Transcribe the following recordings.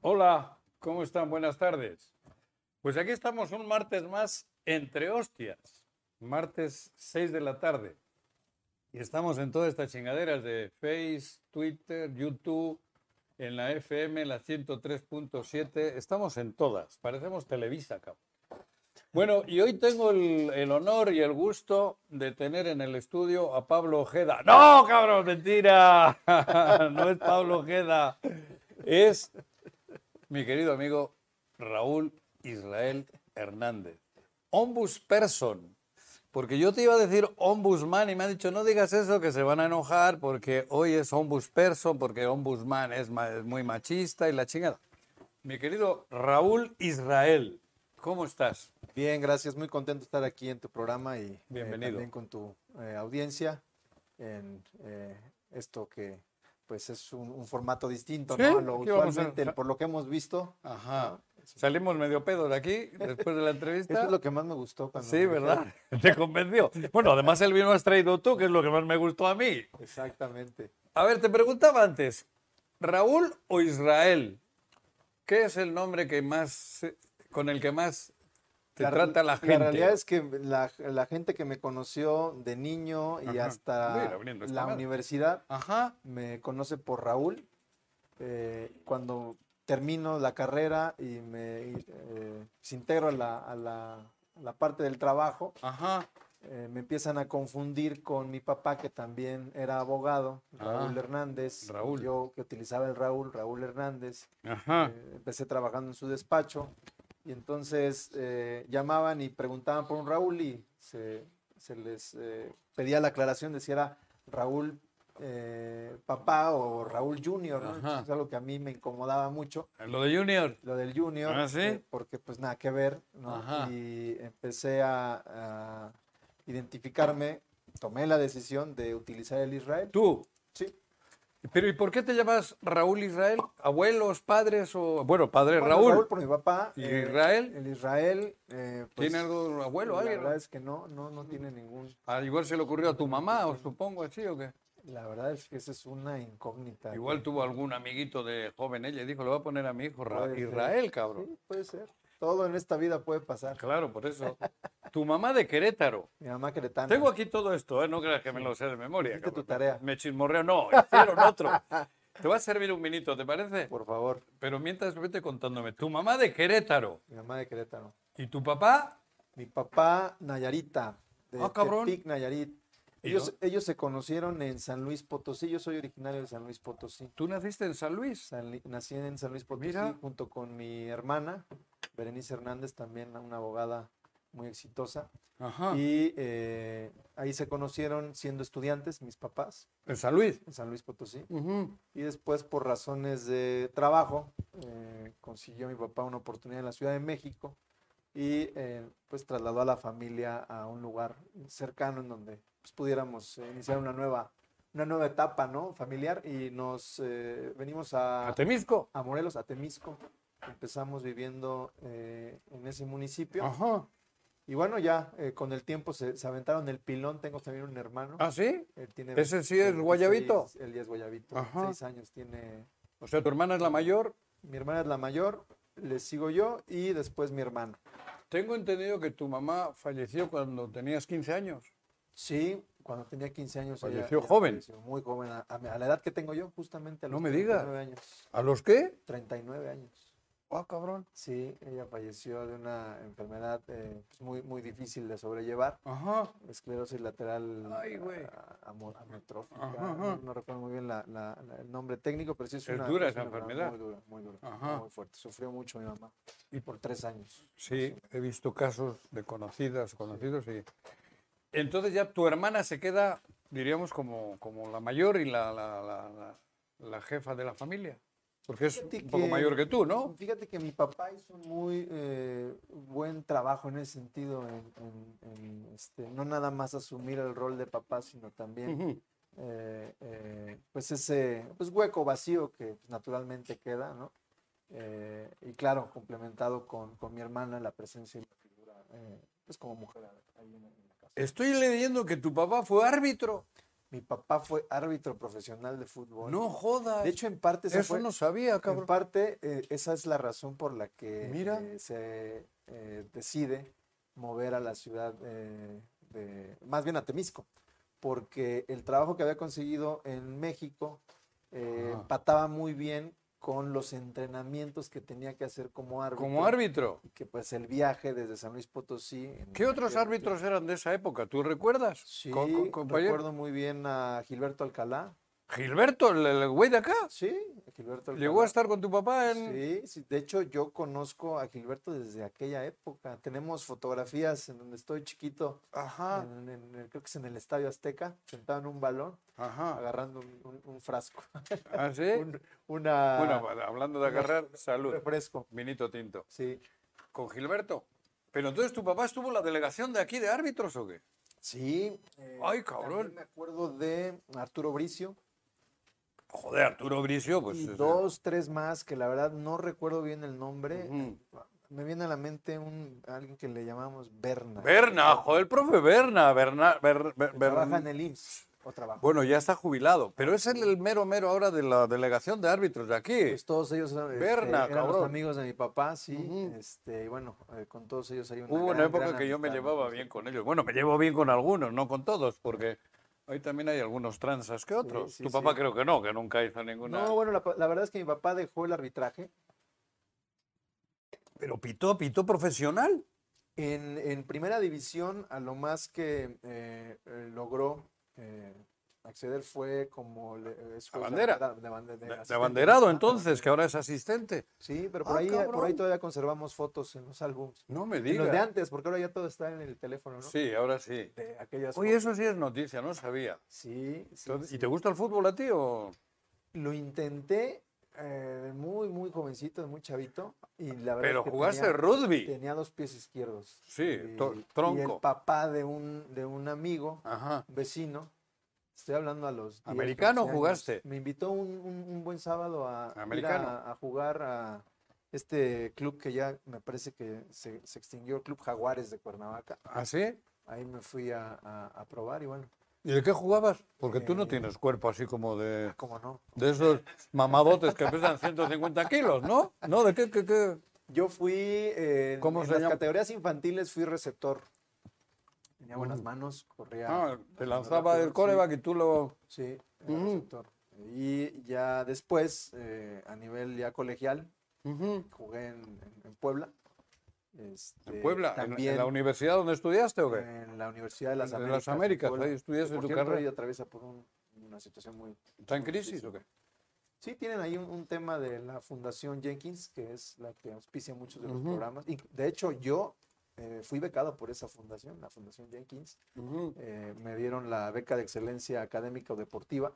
Hola, ¿cómo están? Buenas tardes. Pues aquí estamos un martes más entre hostias, martes 6 de la tarde. Y estamos en todas estas chingaderas de Face, Twitter, YouTube, en la FM, en la 103.7. Estamos en todas, parecemos Televisa, cabrón. Bueno, y hoy tengo el, el honor y el gusto de tener en el estudio a Pablo Ojeda. ¡No, cabrón! ¡Mentira! No es Pablo Ojeda. Es mi querido amigo Raúl Israel Hernández. Ombudsperson. Porque yo te iba a decir ombudsman y me han dicho, no digas eso, que se van a enojar porque hoy es ombudsperson, porque ombudsman es, ma- es muy machista y la chingada. Mi querido Raúl Israel, ¿cómo estás? Bien, gracias. Muy contento de estar aquí en tu programa y eh, Bienvenido. también con tu eh, audiencia en eh, esto que pues es un, un formato distinto, Sí, ¿no? A lo aquí vamos a- Ah, usualmente, por lo que hemos visto. Ajá. Salimos medio pedo de aquí después de la entrevista. Eso es lo que más me gustó cuando Sí, me dijeron. ¿verdad? Te convenció. Bueno, además el vino has traído tú, que es lo que más me gustó a mí. Exactamente. A ver, te preguntaba antes, ¿Raúl o Israel? ¿Qué es el nombre que más se- con el que más te La- trata la gente? La realidad es que la, la gente que me conoció de niño y Ajá. Mira, hasta abriendo esta la madre. universidad Ajá. me conoce por Raúl. eh, cuando termino la carrera y me y, eh, desintegro a la, a la- a la parte del trabajo, Ajá. eh, me empiezan a confundir con mi papá, que también era abogado, Raúl Ah, Hernández. Raúl. Yo que utilizaba el Raúl, Raúl Hernández. Ajá. Eh, empecé trabajando en su despacho y entonces eh, llamaban y preguntaban por un Raúl y se, se les eh, pedía la aclaración de si era Raúl eh, papá o Raúl Junior, ¿no? Ajá. Entonces, es algo que a mí me incomodaba mucho Lo de Junior. lo del Junior, Ah, ¿sí? eh, porque pues nada que ver, ¿no? Ajá. Y empecé a, a identificarme, tomé la decisión de utilizar el Israel. Tú. Sí. Pero ¿y por qué te llamas Raúl Israel? ¿Abuelos, padres o...? Bueno, padre Bueno, Raúl. por mi papá. ¿Y eh, Israel? El Israel, eh, pues, ¿Tiene algo abuelo? La alguien? verdad es que no, no, no tiene ningún. Ah, igual se le ocurrió a tu mamá, o supongo, así o qué. La verdad es que esa es una incógnita. Igual tuvo algún amiguito de joven ella y dijo, le voy a poner a mi hijo Ra- Puede ser. Israel, cabrón. Sí, puede ser. Todo en esta vida puede pasar. Claro, por eso. Tu mamá de Querétaro. Mi mamá queretana. Tengo aquí todo esto, ¿eh? no creas que me lo sé de memoria. Hiciste tu cabrón. tarea. Me chismorreo, no, hicieron otro. Te va a servir un minuto, ¿te parece? Por favor, Pero mientras vete contándome, tu mamá de Querétaro mi mamá de Querétaro. y tu papá, Mi papá, Nayarita. De Ah, cabrón. Tepic, Nayarit. ¿Y Ellos, ellos se conocieron en San Luis Potosí. Yo soy originario de San Luis Potosí. tú naciste en San Luis. San Li- nací en San Luis Potosí Mira. junto con mi hermana, Berenice Hernández, también una abogada muy exitosa. Ajá. Y eh, ahí se conocieron siendo estudiantes, mis papás, En San Luis. en San Luis Potosí. Ujú. Y después, por razones de trabajo, eh, consiguió mi papá una oportunidad en la Ciudad de México y eh, pues trasladó a la familia a un lugar cercano en donde pues, pudiéramos eh, iniciar una nueva, una nueva etapa ¿no? familiar y nos eh, venimos A a, Temisco. a Morelos, a Temisco. Empezamos viviendo eh, en ese municipio. Ajá. Y bueno, ya eh, con el tiempo se, se aventaron el pilón. Tengo también un hermano. ¿Ah, sí? Él tiene ¿Ese sí es 26, guayabito? Él ya es guayabito. Ajá. Seis años tiene. O sea, tu hermana es la mayor. Mi hermana es la mayor, le sigo yo y después mi hermano. Tengo entendido que tu mamá falleció cuando tenías 15 años. Sí, cuando tenía 15 años. ella- Falleció ella joven. falleció muy joven, a, a mi- a la edad que tengo yo, justamente a No los me digas. 39 años. ¿A los qué? 39 años. Ah, cabrón. Sí, ella falleció de una enfermedad eh, pues, muy, muy difícil de sobrellevar. Ajá. esclerosis lateral Ay, güey. a- amo- amotrófica, Ajá, no- ajá. No, recuerdo muy bien la- la- la- el nombre técnico, pero sí es, Es una, dura es esa una enfermedad. Muy dura, muy dura, Ajá. muy fuerte. Sufrió mucho mi mamá Y- por tres años. Sí, he visto casos de conocidas, conocidos y... Entonces ya tu hermana se queda, diríamos, como, como la mayor y la, la- la- la- la jefa de la familia. Porque es Fíjate un poco que- mayor que tú, ¿no? Fíjate que mi papá hizo un muy eh, buen trabajo en ese sentido, en, en- en, este, no nada más asumir el rol de papá, sino también Ujú. eh, eh, pues ese pues hueco vacío que pues, naturalmente queda, ¿no? Eh, y claro, complementado con, con mi hermana, la presencia y la figura, eh, pues como mujer ahí en, en la casa. Estoy leyendo que tu papá fue árbitro. Mi papá fue árbitro profesional de fútbol. No jodas. De hecho, en parte esa eso fue- no sabía, en cabrón. parte, eh, esa es la razón por la que Mira. eh, se eh, decide mover a la ciudad, eh, de, más bien a Temisco, porque el trabajo que había conseguido en México eh, Ah. empataba muy bien con los entrenamientos que tenía que hacer como árbitro. Como árbitro. Que pues el viaje desde San Luis Potosí. en ¿Qué otros aquel árbitros eran de esa época? ¿Tú recuerdas? Sí, Co- co- compañero. recuerdo muy bien a Gilberto Alcalá. Gilberto, el, el güey de acá. Sí, a Gilberto Alcalá. Llegó a estar con tu papá en. Sí, sí, de hecho yo conozco a Gilberto desde aquella época. Tenemos fotografías en donde estoy chiquito, Ajá, en- en- en- creo que es en el Estadio Azteca, sentado en un balón, ajá. agarrando un, un- un frasco, ¿Ah, sí? un, una, Bueno, hablando de agarrar, un salud. refresco. Vinito tinto. Sí, Con Gilberto. Pero entonces tu papá estuvo en la delegación de aquí de árbitros o qué? sí. eh, Ay, cabrón. también Me acuerdo de Arturo Bricio Joder, Arturo Bricio, pues. y es- dos, tres más que la verdad no recuerdo bien el nombre. Ujú. Me viene a la mente un alguien que le llamamos Berna. Berna, joder, el profe Berna. Berna, Ber- Ber- que Ber- Trabaja en el IMSS o trabaja. Bueno, ya está jubilado, pero es el, el mero mero ahora de la delegación de árbitros de aquí. Pues todos ellos eran, este, Berna, eran los cabrón. amigos de mi papá, sí. Ujú. este, y bueno, eh, con todos ellos hay una. Hubo una gran, época gran que yo me amistad, ¿no? Este, llevaba bien con ellos. Bueno, me llevo bien con algunos, no con todos, porque hoy también hay algunos transas que otros. sí, tu papá sí. creo que no, que nunca hizo ninguna. No, bueno, la, la verdad es que mi papá dejó el arbitraje Pero pitó, pitó profesional. en, en primera división, a lo más que eh, eh, logró eh, acceder fue como le- eh, es juez de bandera. banda- de bande- de De- De asistente. abanderado Ajá. entonces, que ahora es asistente. Sí, pero por Ah, ahí por ahí cabrón. todavía conservamos fotos en los álbumes. No me En los de digas. antes, porque ahora ya todo está en el teléfono, ¿no? Sí, ahora sí. De aquellas Oye, fotos. eso sí es noticia, no sabía. Sí, sí, Entonces, sí. ¿Y te gusta el fútbol a ti o...? Lo intenté eh, muy, muy jovencito, muy chavito. Y la verdad Pero es que jugaste tenía, rugby. tenía dos pies izquierdos. Sí, Y- to- Y el tronco. papá de un, de un amigo, Ajá. un vecino, estoy hablando a los. 10, ¿Americano 11 años, jugaste? Me invitó un, un- un buen sábado a, ir a- ¿Americano? a, jugar a este club que ya me parece que se, se extinguió, el Club Jaguares de Cuernavaca. ¿Ah, sí? Ahí me fui a, a- a probar y bueno, ¿Y de qué jugabas? Porque tú no Eh, tienes cuerpo así como de, cómo no. de esos mamadotes que pesan 150 kilos, ¿no? ¿No? ¿De qué? qué, qué? Yo fui eh, en- ¿Cómo en se las llama? categorías infantiles fui receptor. Tenía buenas Ujú. manos, corría. Ah, te corría lanzaba rápido, el coreback y tú lo... Sí, sí, era Ujú. receptor. Y ya después, eh, a nivel ya colegial, Ujú. jugué en, en- en Puebla. Este, ¿En Puebla? ¿En- También Eh, ¿En la universidad donde estudiaste o qué? en la Universidad de las En Américas. las Américas, Puebla, ahí que estudiaste por tu cierto, carrera. ella atraviesa por un- una situación muy... ¿Está en muy crisis difícil. o qué? Sí, tienen ahí un, un tema de la Fundación Jenkins, que es la que auspicia muchos de los Ujú. programas. Y de hecho, yo eh, fui becado por esa fundación, la Fundación Jenkins. Ujú. Eh, me dieron la beca de excelencia académica o deportiva,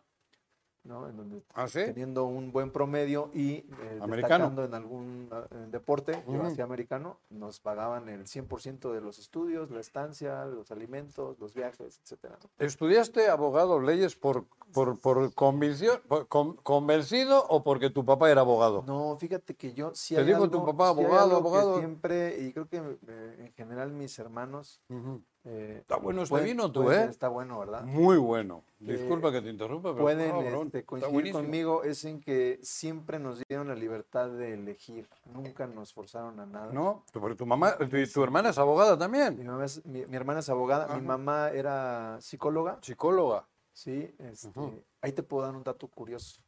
¿no? En donde ¿Ah, sí? teniendo un buen promedio y eh, Americano. destacando en algún ah, en deporte, yo Ujú. hacía americano, nos pagaban el 100% de los estudios, la estancia, los alimentos, los viajes, etcétera. ¿no? ¿Estudiaste abogado, leyes por, por, por convicción, por con- convencido o porque tu papá era abogado? No, fíjate que yo sí Te hay digo, tu algo- papá sí hay abogado, algo que abogado. Siempre, y creo que eh, en general mis hermanos. Ujú. eh, Está bueno este pueden- vino tú, pueden- ¿eh? Está bueno, ¿verdad? Muy bueno. Eh, Disculpa que te interrumpa, pero Pueden cabrón, este, está coincidir buenísimo. conmigo es en que siempre nos dieron la libertad de elegir, nunca nos forzaron a nada. No, tu- porque tu mamá, tu, tu hermana es abogada Mi, también, mamá es- mi- mi hermana es abogada, Ajá. mi mamá era psicóloga, psicóloga. sí. este, Ujú. Ahí te puedo dar un dato curioso.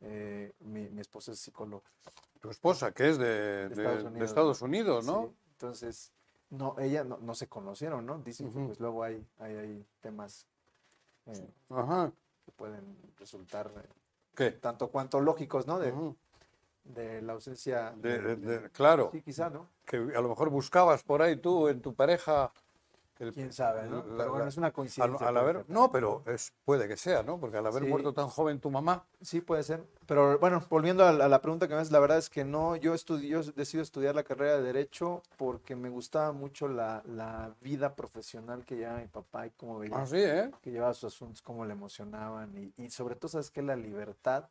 eh, mi, mi esposa es psicóloga. Tu esposa, que es de, De de- de Estados Estados, Unidos, Unidos, ¿no? sí, Entonces, no, ella no, no se conocieron, ¿no? Dicen que Ujú. pues luego hay, hay, hay temas eh, Ajá. que pueden resultar eh, ¿Qué? tanto cuanto lógicos, ¿no? De, Ujú. de la ausencia. De- de- de- de- de- claro, Sí, quizá, ¿no? que a lo mejor buscabas por ahí tú en tu pareja. el- Quién sabe, ¿no? la- Pero bueno, la- es una al, coincidencia. al puede haber, ser no, también, pero es, puede que sea, ¿no? Porque al haber Sí. muerto tan joven tu mamá, Sí, puede ser. Pero bueno, volviendo a la, a la pregunta que me haces, la verdad es que no, yo, estudi- yo decido estudiar la carrera de Derecho porque me gustaba mucho la, la vida profesional que llevaba mi papá y cómo veía así, ¿eh? que llevaba sus asuntos, cómo le emocionaban y, y sobre todo, ¿sabes qué? La libertad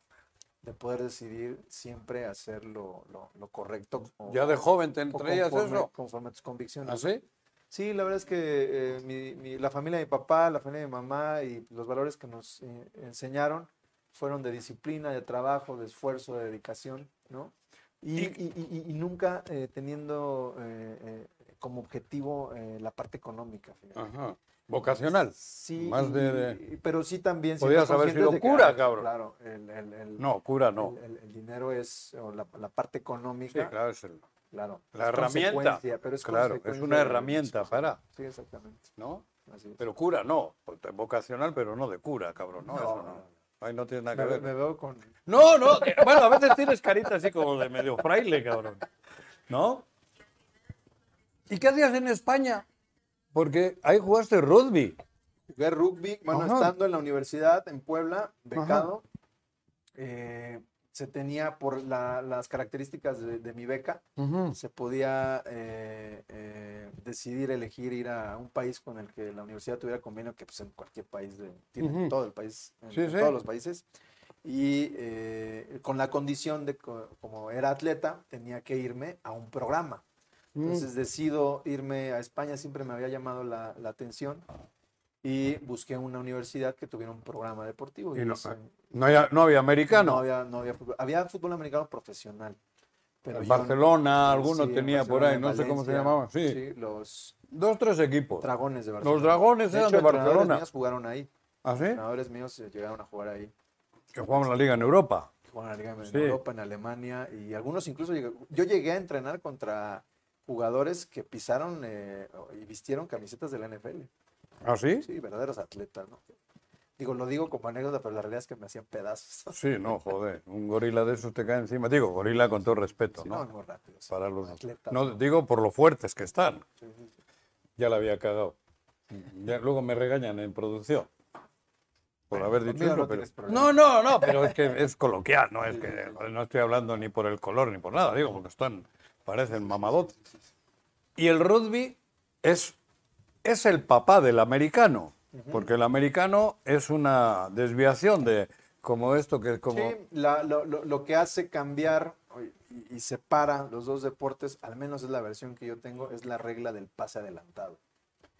de poder decidir siempre hacer lo, lo- lo correcto. o- Ya de joven te o traías conforme, eso. Oh, ¿Ah, conforme a tus convicciones. ¿Así? Sí, la verdad es que eh, mi- mi- la familia de mi papá, la familia de mi mamá y los valores que nos eh, enseñaron fueron de disciplina, de trabajo, de esfuerzo, de dedicación, ¿no? Y, Y- y- y- y- y nunca eh, teniendo eh, eh, como objetivo eh, la parte económica. fíjate. Ajá. Vocacional. Sí, Más y- de- de- y- pero sí también. siendo Podías haber conscientes sido de que, cura, ah, cabrón. Claro, el, el- el- No, cura no. el- el- el dinero es, o la, la parte Sí, económica, claro, es el- claro, la es herramienta, consecuencia, Pero es claro, es consecuencia una de- herramienta para, Sí, exactamente. ¿no? Así es. Pero cura no, pues, vocacional, pero no de cura, cabrón, no, No, eso no, no. no. Ahí no tiene nada que me, ver. me veo con. No, no, que- bueno, a veces tienes carita así como de medio fraile, cabrón. ¿No? ¿Y qué hacías en España? Porque ahí jugaste rugby. Jugué rugby, bueno, Ajá. estando en la universidad en Puebla, becado, eh, se tenía por la- las características de, de mi beca, se podía eh, eh, decidir elegir ir a un país con el que la universidad tuviera convenio, que pues en cualquier país, de, tiene en Ujú. todo el país, en, Sí, en sí. todos los países. Y eh, con la condición de, co- como era atleta, tenía que irme a un programa. Mm. Entonces decido irme a España, siempre me había llamado la, la atención y busqué una universidad que tuviera un programa deportivo. Y no- hice- Mm. no, había, no había no americano. había, no había fútbol, había fútbol americano profesional. Pero En yo- Barcelona, sí, Ah, alguno en tenía por Barcelona, ahí, en no sé cómo se Valencia, llamaba. Sí, los dos, tres equipos. dragones de Barcelona. Los dragones de eran hecho, de entrenadores Barcelona. míos jugaron ahí. ¿Ah, sí? Entrenadores míos eh, llegaron a jugar ahí. Que jugaban la liga en Europa. Jugaron en la Liga en Sí. Europa, en Alemania y algunos incluso. llegué- yo llegué a entrenar contra jugadores que pisaron eh, y vistieron camisetas de la NFL. ¿Ah, sí? Sí, verdaderos atletas, ¿no? Digo, lo digo como anécdota, pero la realidad es que me hacían pedazos. Sí, no, joder. Un gorila de esos te cae encima. Digo, gorila con todo respeto, Sí, no, ¿no? muy rápido. sí. Para los... Atletas, No, digo por lo fuertes que están. Sí, sí, sí. Ya la había cagado. Ya, luego me regañan en producción por haber dicho conmigo eso. pues no pero- tienes problema. No, no, no, pero es que es coloquial, no es que joder, no estoy hablando ni por el color ni por nada, digo, porque están, parecen mamadotes. Y el rugby es, es el papá del americano, porque el americano es una desviación de como esto que es como... Sí, la- lo, lo- lo que hace cambiar y, y separa los dos deportes, al menos es la versión que yo tengo, es la regla del pase adelantado.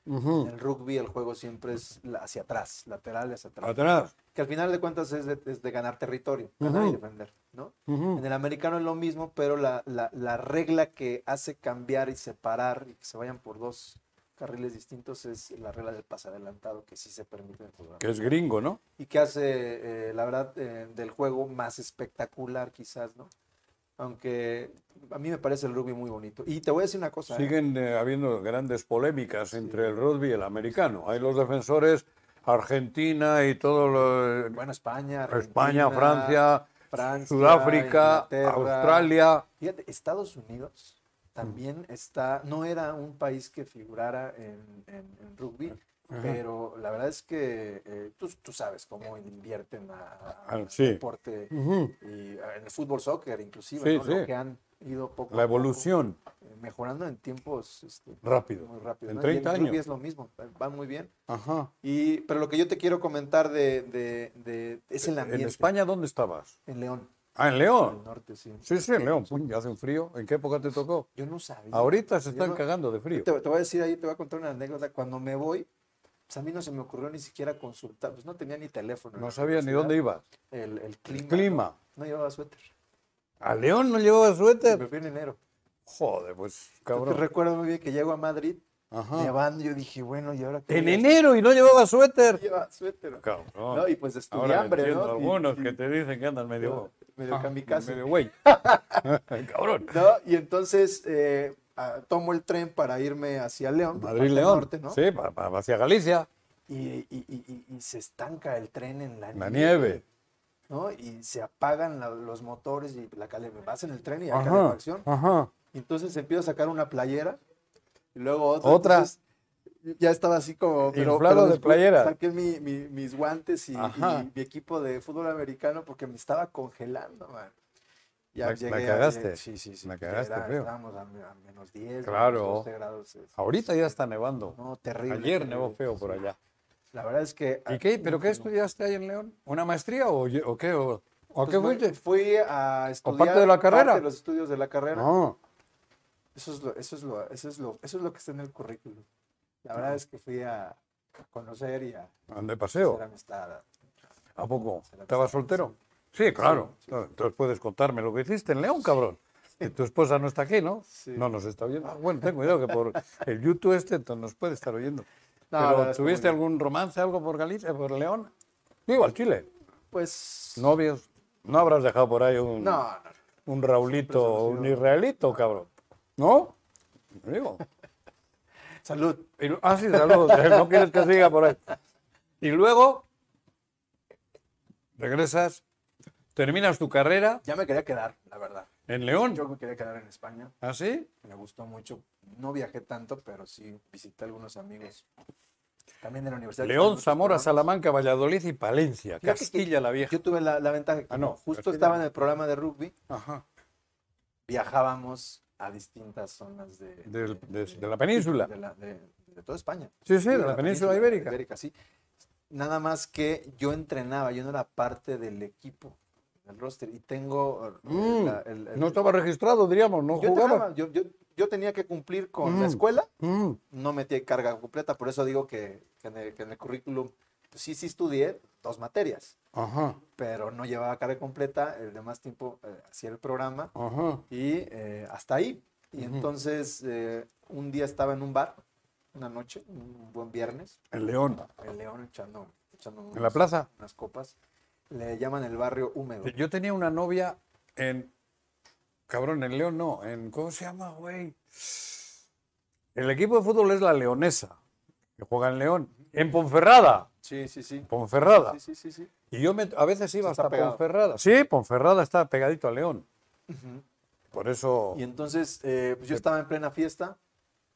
Ujú, En el rugby el juego siempre es la- hacia atrás, lateral y hacia atrás. atrás. Que al final de cuentas es de, es de ganar territorio, ganar y Ujú. defender, ¿no? Ujú. En el americano es lo mismo, pero la, la- la regla que hace cambiar y separar y que se vayan por dos carriles distintos es la regla del pase adelantado, que sí se permite en el fútbol. Que es gringo, ¿no? Y que hace, eh, la verdad, eh, del juego más espectacular quizás, ¿no? Aunque a mí me parece el rugby muy bonito. Y te voy a decir una cosa. ¿eh? Siguen eh, habiendo grandes polémicas entre el rugby y el americano. Hay los defensores Argentina y todo lo- ¿eh? Bueno, España, España, Argentina, Francia, Francia, Sudáfrica, Inglaterra. Australia. Mm. Fíjate, Estados Unidos también está, no era un país que figurara en, en- en rugby, pero la verdad es que eh, tú, tú sabes cómo invierten a, a- Ah, al sí. deporte Ujú. y a- en el fútbol soccer inclusive, Sí, ¿no? Lo sí. que han ido poco La a poco, evolución eh, mejorando en tiempos este, rápido. muy rápido. En ¿no? Y 30 el rugby años. es lo mismo, van muy bien. Ajá. Y, pero lo que yo te quiero comentar de, de- de- es el Eh, ¿En este ambiente. España dónde estabas? En León, Ah, en en el León. norte, sí. Sí, sí, en León. Puño, hace un frío. ¿En qué época te tocó? Yo no sabía. Ahorita se Yo están no- cagando de frío. Te, te voy a decir ahí, te voy a contar una anécdota. Cuando me voy, pues a mí no se me ocurrió ni siquiera consultar, pues no tenía ni teléfono. en No la sabía ni universidad. dónde ibas. El, el clima. El clima. No llevaba suéter. ¿A León no llevaba Me suéter? fui en enero. Joder, pues Entonces, cabrón. recuerdo muy bien que llego a Madrid, Ajá. nevando, yo dije, bueno, ¿y ahora qué? En voy a hacer? enero y no llevaba No suéter. llevaba suéter. Cabrón. No, y pues estudié Ahora hambre, entiendo ¿no? Y- algunos y- que te dicen que andan medio... medio- medio ah, kamikaze. Medio güey. Cabrón. ¿no? Y entonces eh, ah, tomo el tren para irme hacia León, para el Madrid-León. norte, ¿no? Sí, pa- pa- hacia Galicia. Y, y- y- y- y se estanca el tren en la, La nieve. ¿no? Y se apagan la- los motores y la cale- vas en el tren y la Ajá, calefacción. ajá. Y entonces empiezo a sacar una playera y luego otra. Otra. entonces, ya estaba así como. Inflado de después playera. Saqué mi- mi- mis guantes y, Ajá. y mi equipo de fútbol americano porque me estaba congelando, man. Ya La- la llegué. a- cagaste, sí, sí, sí. la ya cagaste feo. Estábamos a, me- a menos 10, Claro. menos 12 grados. es- Ahorita ya está nevando. No, terrible. Ayer terrible. nevó feo por allá. La verdad es que. ah, ¿Y qué? ¿Pero qué no. estudiaste ahí en León? ¿Una maestría o, ye- o qué? ¿O, o a Pues qué me- fuiste? Fui a estudiar. de la carrera? de los estudios de la carrera. No. Eso es lo, eso es lo, eso es lo, eso es lo que está en el currículum. La verdad es que fui a, a conocer y a de hacer paseo. amistad. ¿A poco? Será ¿Estabas bastante, soltero? Sí, claro. Entonces puedes contarme lo que hiciste en León, cabrón. Que tu esposa no está aquí, ¿no? Sí. No nos está oyendo. Ah, bueno, ten cuidado que por el YouTube este entonces nos puede estar oyendo. No, la verdad Pero es que ¿tuviste muy bien. algún romance, algo por Galicia, por León? Digo, al Chile. Pues. ¿Novios? ¿No habrás dejado por ahí un, No, no. un Raulito Siempre o hemos un sido- israelito, cabrón? ¿No? Digo. Salud. Y lu- ah, sí, saludos. No quieres que siga por ahí. Y luego regresas, terminas tu carrera Ya me quería quedar, la verdad. en León. Yo me quería quedar en España. ¿Ah, sí? Me gustó mucho. No viajé tanto, pero sí visité algunos amigos. También de la universidad. León, Muchos Zamora, peruanos. Salamanca, Valladolid y Palencia. Fíjate que Castilla la Vieja. Yo tuve la, la ventaja que Ah, no, como justo Castilla. estaba en el programa de rugby. Ajá. Viajábamos a distintas zonas de, Del- de- de la península. De, la- de- de toda España. Sí, sí, de la península ibérica. sí. Nada más que yo entrenaba, yo no era parte del equipo, del roster. Y tengo. eh, Mm, la- el- el- No estaba registrado, diríamos, no yo, jugaba. entrenaba, yo- yo- yo tenía que cumplir con Mm. la escuela Mm, no metí carga completa, por eso digo que, que en, el, que en el currículum pues sí, sí estudié dos materias, Ajá, pero no llevaba carga completa, el demás tiempo eh, hacía el programa ajá. y eh, hasta ahí. Y Ujú. entonces eh, un día estaba en un bar, una noche, un buen viernes, En León, el León echando, echando en la plaza. unas copas, le llaman el barrio húmedo. Yo tenía una novia en. Cabrón, en León no. En, ¿Cómo se llama, güey? El equipo de fútbol es la Leonesa, que juega en León. En Ponferrada. Sí, sí, sí. Ponferrada. Sí, sí, sí, sí. Y yo me- a veces iba Sí, está hasta pegado. Ponferrada. Sí, Ponferrada está pegadito a León. Ujú. Por eso. Y entonces eh, pues yo estaba en plena fiesta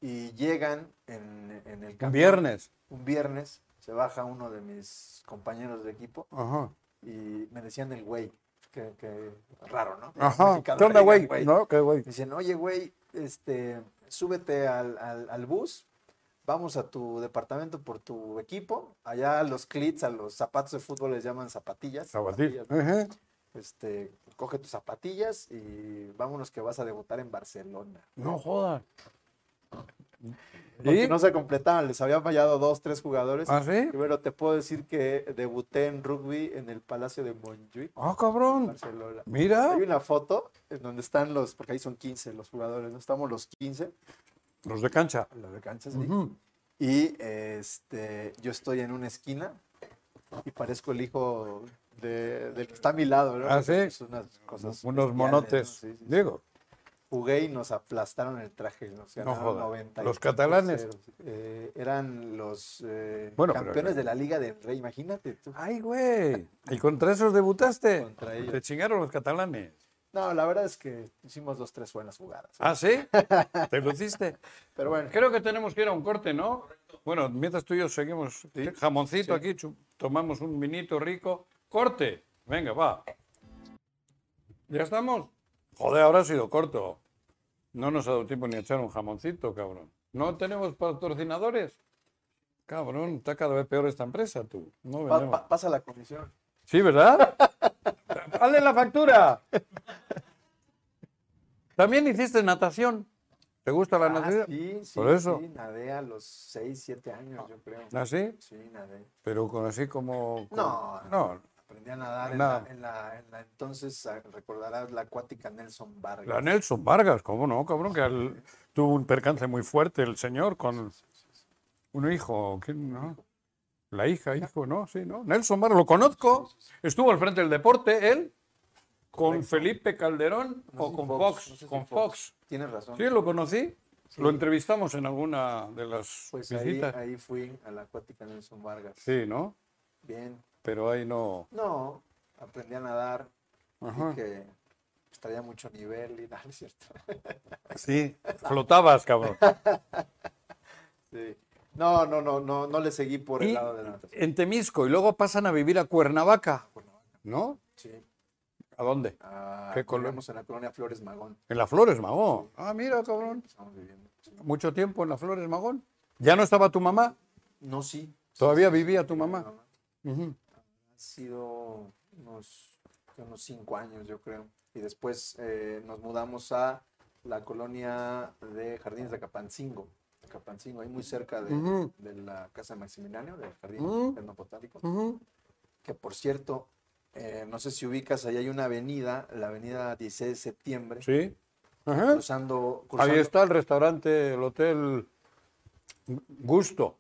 y llegan en, en el Un camión. viernes. un viernes se baja uno de mis compañeros de equipo Ajá. y me decían el güey, que, que raro, ¿no? Ajá. Mexicano ¿Qué onda, le güey? digan güey. ¿No? ¿Qué Me güey? Dicen, oye, güey, este, súbete al, al- al bus, vamos a tu departamento por tu equipo. Allá a los clits, a los zapatos de fútbol les llaman zapatillas. Sabatí. Ajá. Este, coge tus zapatillas y vámonos que vas a debutar en Barcelona. No jodas. Porque ¿Y? no se completaban, les habían fallado dos, tres jugadores. ¿Ah, sí? Primero te puedo decir que debuté en rugby en el Palacio de Montjuic, Ah, en cabrón. Barcelona. Mira. Hay una foto en donde están los, porque ahí son 15 los jugadores, ¿no? Estamos los 15, Los de cancha. los de cancha, sí. Ujú. Y este, yo estoy en una esquina y parezco el hijo de- del que está a mi lado, ¿no? Ah, sí. Es unas cosas Unos bestiales, monotes. ¿no? Sí, sí, sí. Digo. Jugué y nos aplastaron el traje, nos No ganaron joda. 90 y Los tantos catalanes. ceros. Eh, eran los eh, Bueno, pero- campeones de la Liga del Rey, imagínate tú. ¡Ay, güey! ¿Y contra esos debutaste? Contra ellos. Te chingaron los catalanes. No, la verdad es que hicimos dos, tres buenas jugadas. ¿Ah, sí? ¿Te lo hiciste? Pero bueno, Creo que tenemos que ir a un corte, ¿no? Bueno, mientras tú y yo seguimos jamoncito aquí, chu- tomamos un vinito rico. ¡Corte! Venga, va. ¿Ya estamos? Joder, ahora ha sido corto. No nos ha dado tiempo ni a echar un jamoncito, cabrón. ¿No tenemos patrocinadores? Cabrón, está cada vez peor esta empresa, tú. No pa- vendemos. pa- pasa la comisión. Sí, ¿verdad? ¡Hazle la factura! También hiciste natación. ¿Te gusta la Ah, natación? sí, sí, Por eso. sí, nadé a los 6, 7 años, yo creo. ¿Ah, sí? Sí, nadé. Pero con así como... con- No, no. Aprendí a nadar en Nada. la, en la- en la- entonces, ah, recordarás, la acuática Nelson Vargas. La Nelson Vargas, ¿cómo no, cabrón? Que al- tuvo un percance muy fuerte el señor con un hijo. ¿quién, no? La hija, hijo, ¿no? Sí, ¿no? Nelson Vargas, lo conozco. Estuvo al frente del deporte, él, con Correcto. Felipe Calderón No sé o si con Fox, Fox. no sé si con Fox. Fox. Tienes razón. Sí, lo conocí. Sí. Lo entrevistamos en alguna de las Pues ahí, visitas. ahí fui a la acuática Nelson Vargas. Sí, ¿no? Bien. Pero ahí no. No, aprendí a nadar. vi Ajá. que pues, traía mucho nivel y nada, ¿no es cierto? Sí, flotabas, cabrón. Sí. No, no, no, no, no le seguí por el Y lado de la natación. en Temisco y luego pasan a vivir a Cuernavaca, ¿no? Sí. ¿A dónde? Ah, ¿Qué colonia? vivíamos en la colonia Flores Magón. En las Flores Magón. Ah, mira, cabrón. Estamos viviendo. Mucho tiempo en las Flores Magón. ¿Ya no estaba tu mamá? No, sí. ¿Todavía Sí, sí, vivía sí, tu vive mamá? Ujú. Ha sido unos, unos cinco años, yo creo. Y después eh, nos mudamos a la colonia de Jardines de Capancingo. Capancingo, ahí muy cerca de, Ujú. de la Casa de Maximiliano, del Jardín Ujú. Etnobotánico, Ujú. que por cierto, eh, no sé si ubicas, ahí hay una avenida, la avenida 16 de septiembre, Sí. Ah, Ajá. cruzando, cruzando- Ahí está el restaurante, el hotel Gusto.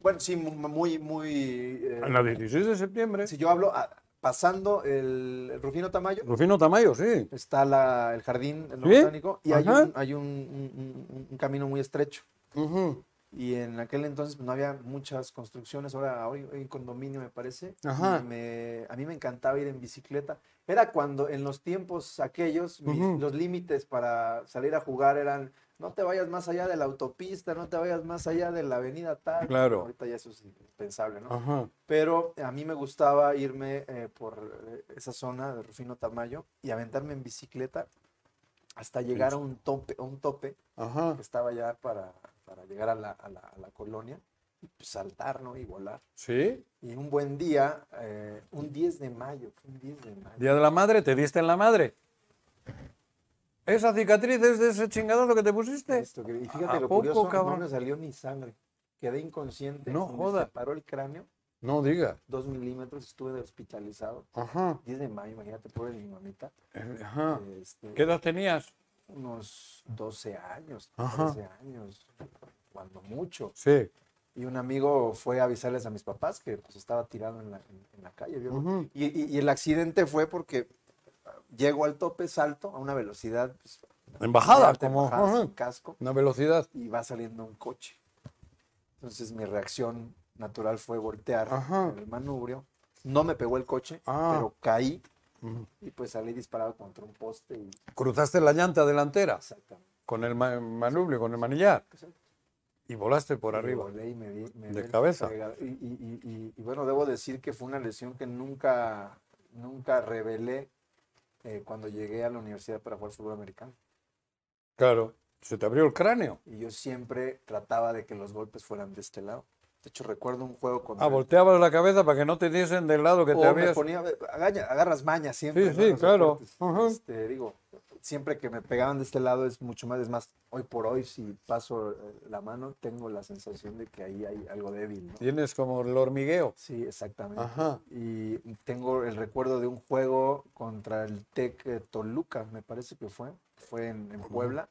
Bueno, sí, mu- muy, muy... eh, En la 16 de septiembre. si yo hablo, ah, pasando el el Rufino Tamayo, Rufino Tamayo, sí. está la, el Jardín ¿Sí? Etnobotánico y hay, Ajá. un, hay un- un- un- un camino muy estrecho. Ujú. Y en aquel entonces pues, no había muchas construcciones, ahora hoy hay un condominio me parece. y Ajá. me- a mí me encantaba ir en bicicleta. Era cuando en los tiempos aquellos mis- Ujú. los límites para salir a jugar eran no te vayas más allá de la autopista, no te vayas más allá de la avenida tal. Claro. Ahorita ya eso es impensable, ¿no? Ajá. Pero a mí me gustaba irme eh, por eh, esa zona de Rufino Tamayo y aventarme en bicicleta hasta llegar a un tope, a un tope Ajá. que estaba ya para, para llegar a la, a la- a la colonia, y pues, saltar, ¿no? Y volar. Sí. Y un buen día, eh, un 10 de mayo, fue un 10 de mayo. Día de la madre, te diste en la madre. Esa cicatriz es de ese chingadazo que te pusiste. Esto que- y fíjate ¿A lo poco, curioso, cabrón? no me salió ni sangre. Quedé inconsciente. No se me joda. separó el cráneo, No digas. dos milímetros, estuve hospitalizado. Ajá. 10 de mayo, imagínate, pobre mi mamita. Ajá. Este, ¿Qué edad tenías? unos 12 años, Ajá. 13 años, cuando mucho. Sí. Y un amigo fue a avisarles a mis papás que pues, estaba tirado en la, en- en la calle. vio- Ujú. y, y- y el accidente fue porque ah, llego al tope, salto a una velocidad. pues, Embajada, fuerte, como bajada, ajá, sin casco, una velocidad. y va saliendo un coche. Entonces mi reacción natural fue voltear Ajá. en el manubrio. No me pegó el coche, Ah. pero caí Ujú. y pues salí disparado contra un poste. Y, Cruzaste la llanta delantera exactamente. con el ma- manubrio, con el manillar pues, y volaste por Y arriba. volé y me di- me De di el cabeza. fregado- Y, y- y- y- y bueno, debo decir que fue una lesión que nunca, nunca revelé eh, cuando llegué a la universidad para jugar fútbol americano. Claro. Se te abrió el cráneo. Y yo siempre trataba de que los golpes fueran de este lado. De hecho, recuerdo un juego contra... Ah, volteabas la cabeza para que no te diesen del lado que o te me habías. ponía, agaña- agarras maña siempre. Sí, sí, En los claro. deportes. Ajá. Este, digo, siempre que me pegaban de este lado es mucho más, es más, hoy por hoy si paso eh, la mano tengo la sensación de que ahí hay algo débil. ¿no? Tienes como el hormigueo. Sí, exactamente. Ajá. Y tengo el recuerdo de un juego contra el Tec eh, Toluca, me parece que fue. Fue en, en Puebla,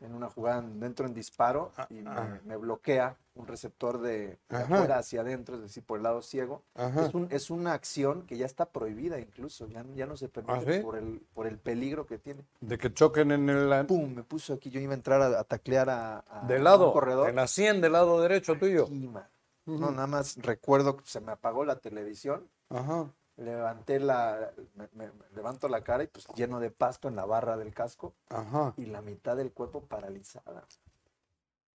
en una jugada, en- dentro en disparo, Ah, y me, me bloquea un receptor de, de Ajá. afuera hacia adentro, es decir, por el lado ciego. Ajá. Es, un- es una acción que ya está prohibida incluso, ya, ya no se permite ¿Ah, sí? por, el, por el peligro que tiene. De que choquen en el. ¡Pum! Me puso aquí, yo iba a entrar a, a taclear a, a De un lado. corredor. En la 100 del lado derecho tuyo. Y, man, No, nada más recuerdo que se me apagó la televisión Ajá. levanté la, me, me- me levanto la cara y pues lleno de pasto en la barra del casco Ajá. y la mitad del cuerpo paralizada,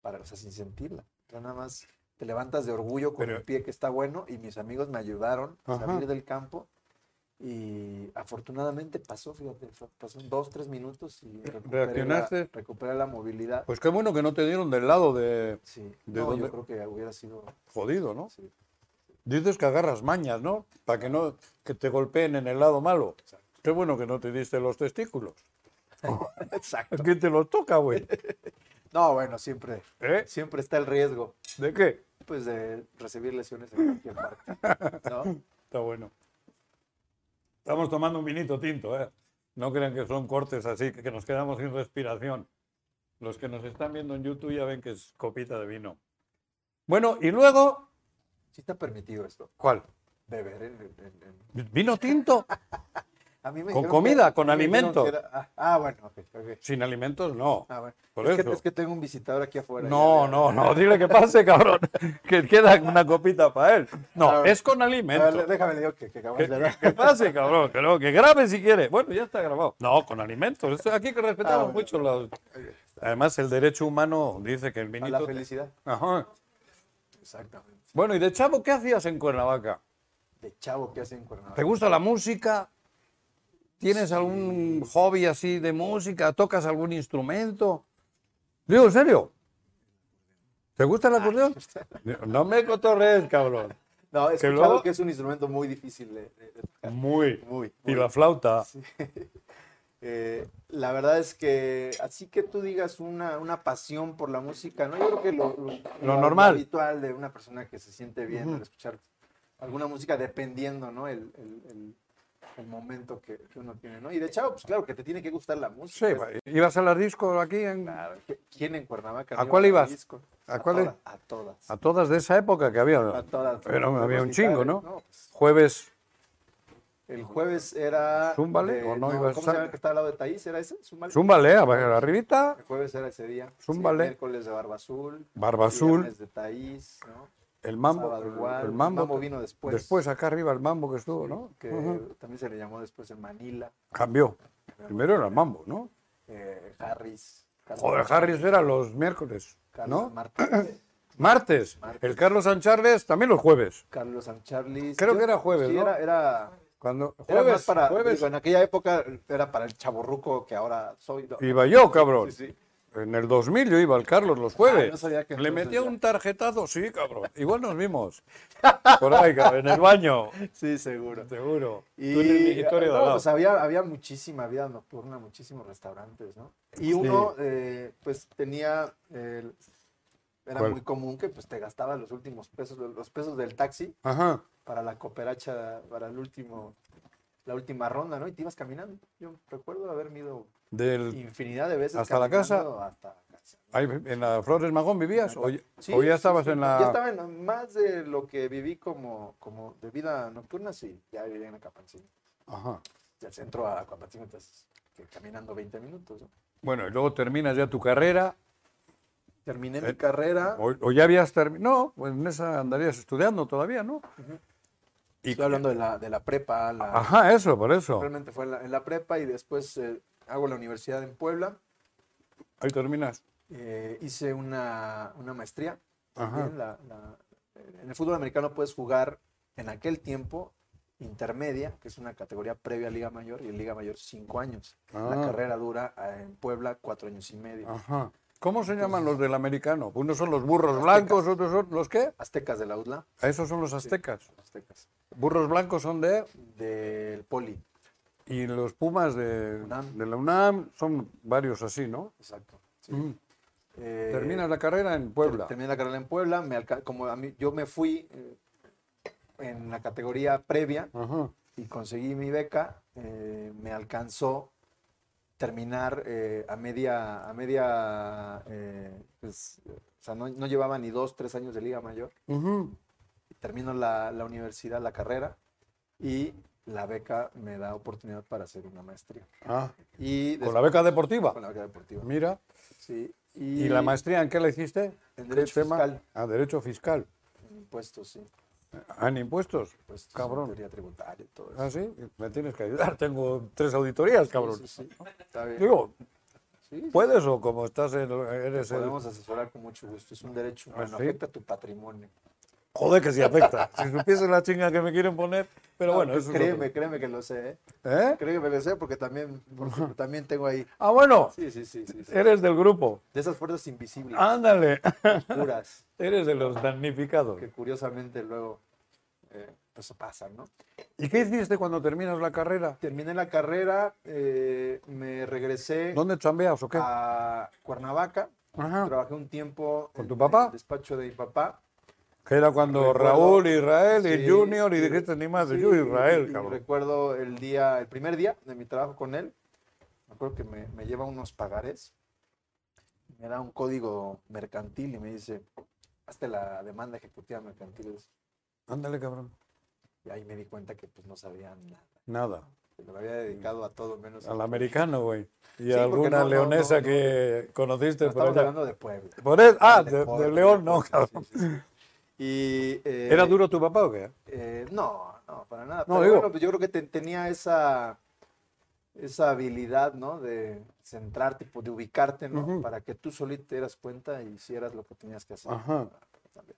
para, o sea, sin sentirla. Yo nada más te levantas de orgullo con Pero- el pie que está bueno y mis amigos me ayudaron a Ajá. salir del campo y afortunadamente pasó, fíjate, fue- pasó en dos, tres minutos y recuperé la, Eh, ¿Reaccionaste? recuperé la movilidad. Pues qué bueno que no te dieron del lado de Sí, ¿de No, dónde? yo creo que hubiera sido... jodido, ¿no? sí, Dices que agarras mañas, ¿no? Para que no que te golpeen en el lado malo. Qué bueno que no te diste los testículos. Exacto. ¿Quién te los toca, güey? No, bueno, siempre, ¿Eh? siempre está el riesgo. ¿De qué? pues de recibir lesiones en cualquier parte, ¿no? Está bueno. Estamos tomando un vinito tinto, ¿eh? No crean que son cortes así, que nos quedamos sin respiración. Los que nos están viendo en YouTube ya ven que es copita de vino. Bueno, y luego, Sí está permitido esto, ¿cuál? beber en... en- en- en- ¿Vino tinto? A mí me Con dijeron que- comida, con a mí me dijeron alimento. que era- ah, ah, bueno, ok, ok. Sin alimentos, no. Ah, bueno. Por es, eso. Que, es que tengo un visitador aquí afuera. No, ya, Ah, no, no, dile que pase, cabrón. Que queda una copita para él. A No, ver. es con ya. A ver, alimento. le- déjame, le digo que, que acabamos Que, de hablar. que pase, cabrón, que, no, que grabe si quiere. Bueno, ya está grabado. No, con alimentos. Esto- Aquí que respetamos Ah, bueno. mucho los... Además, el derecho humano dice que el A vinito... la felicidad. Ajá. Exactamente. Bueno, ¿y de chavo qué hacías en Cuernavaca? De chavo que hace en ¿Te Cuernavaca. gusta la música? ¿Tienes algún hobby así de música? ¿Tocas algún instrumento? Digo, ¿en serio? ¿Te gusta el acordeón? No me cotorrees, cabrón. No, he que escuchado luego- que es un instrumento muy difícil de, de- de tocar. Muy. Muy, Y muy. la flauta. Eh, la verdad es que así que tú digas una, una pasión por la música, ¿no? Yo creo que lo, lo- lo normal. habitual de una persona que se siente bien Ujú. al escuchar alguna música, dependiendo, ¿no? El, el- el- el momento que, que uno tiene, ¿no? Y de chavo, pues claro, que te tiene que gustar la música. Sí, Es- va, ¿Ibas a las discos aquí? en- ¿Quién en Cuernavaca? ¿A no cuál iba ibas? disco? ¿A cuál toda- A todas. A todas de esa época que había. A todas. Pero Los había un recitales, chingo, ¿no? pues, Jueves, el jueves era. Zúmbale, de- ¿o no ibas ¿Cómo se llama tarde? el que está al lado de Taís? ¿Era ese? ¿Zúmbale? zúmbale, a- arribita, El jueves era ese día. Sí, Zúmbale. miércoles de Barba Azul. barba azul, viernes de Taís, ¿no? el mambo. Sábado igual, El, mambo. vino después. Después acá arriba el mambo que estuvo, ¿no? Que Ujú. también se le llamó después en Manila. Cambió. Primero era el mambo, ¿no? eh, Harris. Carlos Joder, Harris era los miércoles, Carlos ¿no? Martínez, Martes. Martes. El Carlos San Charles también los jueves. Carlos San Charlis. Creo Yo- que era jueves, sí, ¿no? Era, era, Cuando jueves, era más para. jueves digo, en aquella época era para el chaborruco que ahora soy. ¿no? iba yo, cabrón. Sí, sí. En el 2000 yo iba al Carlos los jueves. Ah, no sabía que Le entonces metía ya. un tarjetazo, sí, cabrón. Igual nos vimos. Por ahí, cabrón, en el baño. Sí, seguro. Seguro. Y Tú en el migitorio de no, al lado. pues había, había muchísima vida nocturna, muchísimos restaurantes, ¿no? Y uno, eh, pues tenía, el- era ¿Cuál? muy común que pues te gastaba los últimos pesos, lo- los pesos del taxi Ajá. para la cooperacha, para el último, la última ronda, ¿no? Y te ibas caminando. Yo recuerdo haber ido Del, infinidad de veces. ¿Hasta la casa? caminando hasta la casa. ahí ¿En la Flores Magón vivías? ¿O, ya- Sí, o ya sí, estabas sí, en Ya la...? estaba en más de lo que viví como, como de vida nocturna, sí, ya vivía en Acapancino. Ajá. del centro a Cuapatzin, entonces, que caminando 20 minutos. ¿no? Bueno, y luego terminas ya tu carrera. Terminé Eh, mi carrera. O, o ya habías terminado. No, pues en esa andarías estudiando todavía, ¿no? Y, Estoy hablando de la, de la prepa. la- Ajá, eso, por eso. realmente fue en la, en la prepa y después eh, hago la universidad en Puebla. Ahí terminas. Eh, hice una, una maestría. Ajá. también, la- la- en el fútbol americano puedes jugar en aquel tiempo intermedia, que es una categoría previa a Liga Mayor, y en Liga Mayor cinco años. La Ah. carrera dura eh, en Puebla cuatro años y medio. Ajá. ¿Cómo se llaman los del americano? Unos son los burros blancos, otros son los qué? Aztecas de la UDLA. Esos son los aztecas. Aztecas. Burros blancos son de... Del Poli. Y los pumas de, UNAM. de la UNAM son varios así, ¿no? Exacto. sí. Mm. Eh, Terminas la carrera en ter- Puebla. Terminé la carrera en Puebla. Me alca- como a mí, yo me fui eh, en la categoría previa Ajá. y conseguí mi beca. eh, me alcanzó terminar eh, a media, a media, eh, pues, o sea, no, no llevaba ni dos, tres años de Liga Mayor. Ujú. Termino la, la universidad, la carrera y la beca me da oportunidad para hacer una maestría. Ah, Y con la beca deportiva. con la beca deportiva. Mira. Sí. ¿Y la maestría en qué la hiciste? en ¿Qué derecho fiscal, A derecho fiscal. impuestos, sí. Ah, en impuestos. pues, tu Cabrón. teoría tributaria y todo eso. Ah, sí. Me tienes que ayudar. Tengo tres auditorías, cabrón. Sí, sí, sí. Está bien. Digo, Sí, sí, ¿puedes o como estás en, eres el... podemos asesorar con mucho gusto. Es un derecho Ah, humano, ¿sí? afecta tu patrimonio. Joder, que sí afecta. Si supiese la chinga que me quieren poner. Pero No, bueno, Ah, que- eso es otro- créeme, créeme que lo sé, ¿eh? ¿Eh? Créeme que lo sé porque también, porque también tengo ahí. Ah, bueno. Sí, sí, sí, sí, sí. Eres Ah. del grupo. De esas fuerzas invisibles, Ándale. puras, Eres de los damnificados. que curiosamente luego eh, pues pasan, ¿no? ¿Y qué hiciste cuando terminas la carrera? Terminé la carrera, eh, me regresé ¿Dónde chambeas o qué? Ah, a Cuernavaca, Ajá. trabajé un tiempo ¿Con en- tu papá? en el despacho de mi papá. Que era cuando Recuerdo- Raúl, Israel y Sí, Junior y sí, dijiste ni madre, sí, yo y- Israel, y cabrón. Recuerdo el día, el primer día de mi trabajo con él. Me acuerdo que me, me lleva unos pagares. Me da un código mercantil y me dice, hazte la demanda ejecutiva mercantil. Ándale, cabrón. Y ahí me di cuenta que pues no sabía nada. Nada. que Me lo había dedicado a todo menos Al todo. americano, güey. Y Sí, porque alguna no, no, leonesa no, no. que conociste No, por Estamos allá. hablando de Puebla. Por eso, ah, de de, de Puebla, León, de no, Puebla, cabrón. sí, sí, sí. Y, eh, ¿Era duro tu papá o qué? Eh, no, no, para nada. No, Pero digo- bueno, pues yo creo que te- tenía esa, esa habilidad, ¿no? De centrarte, pues, de ubicarte, ¿no? Ujú. Para que tú solito te dieras cuenta y hicieras lo que tenías que hacer. Ajá. También.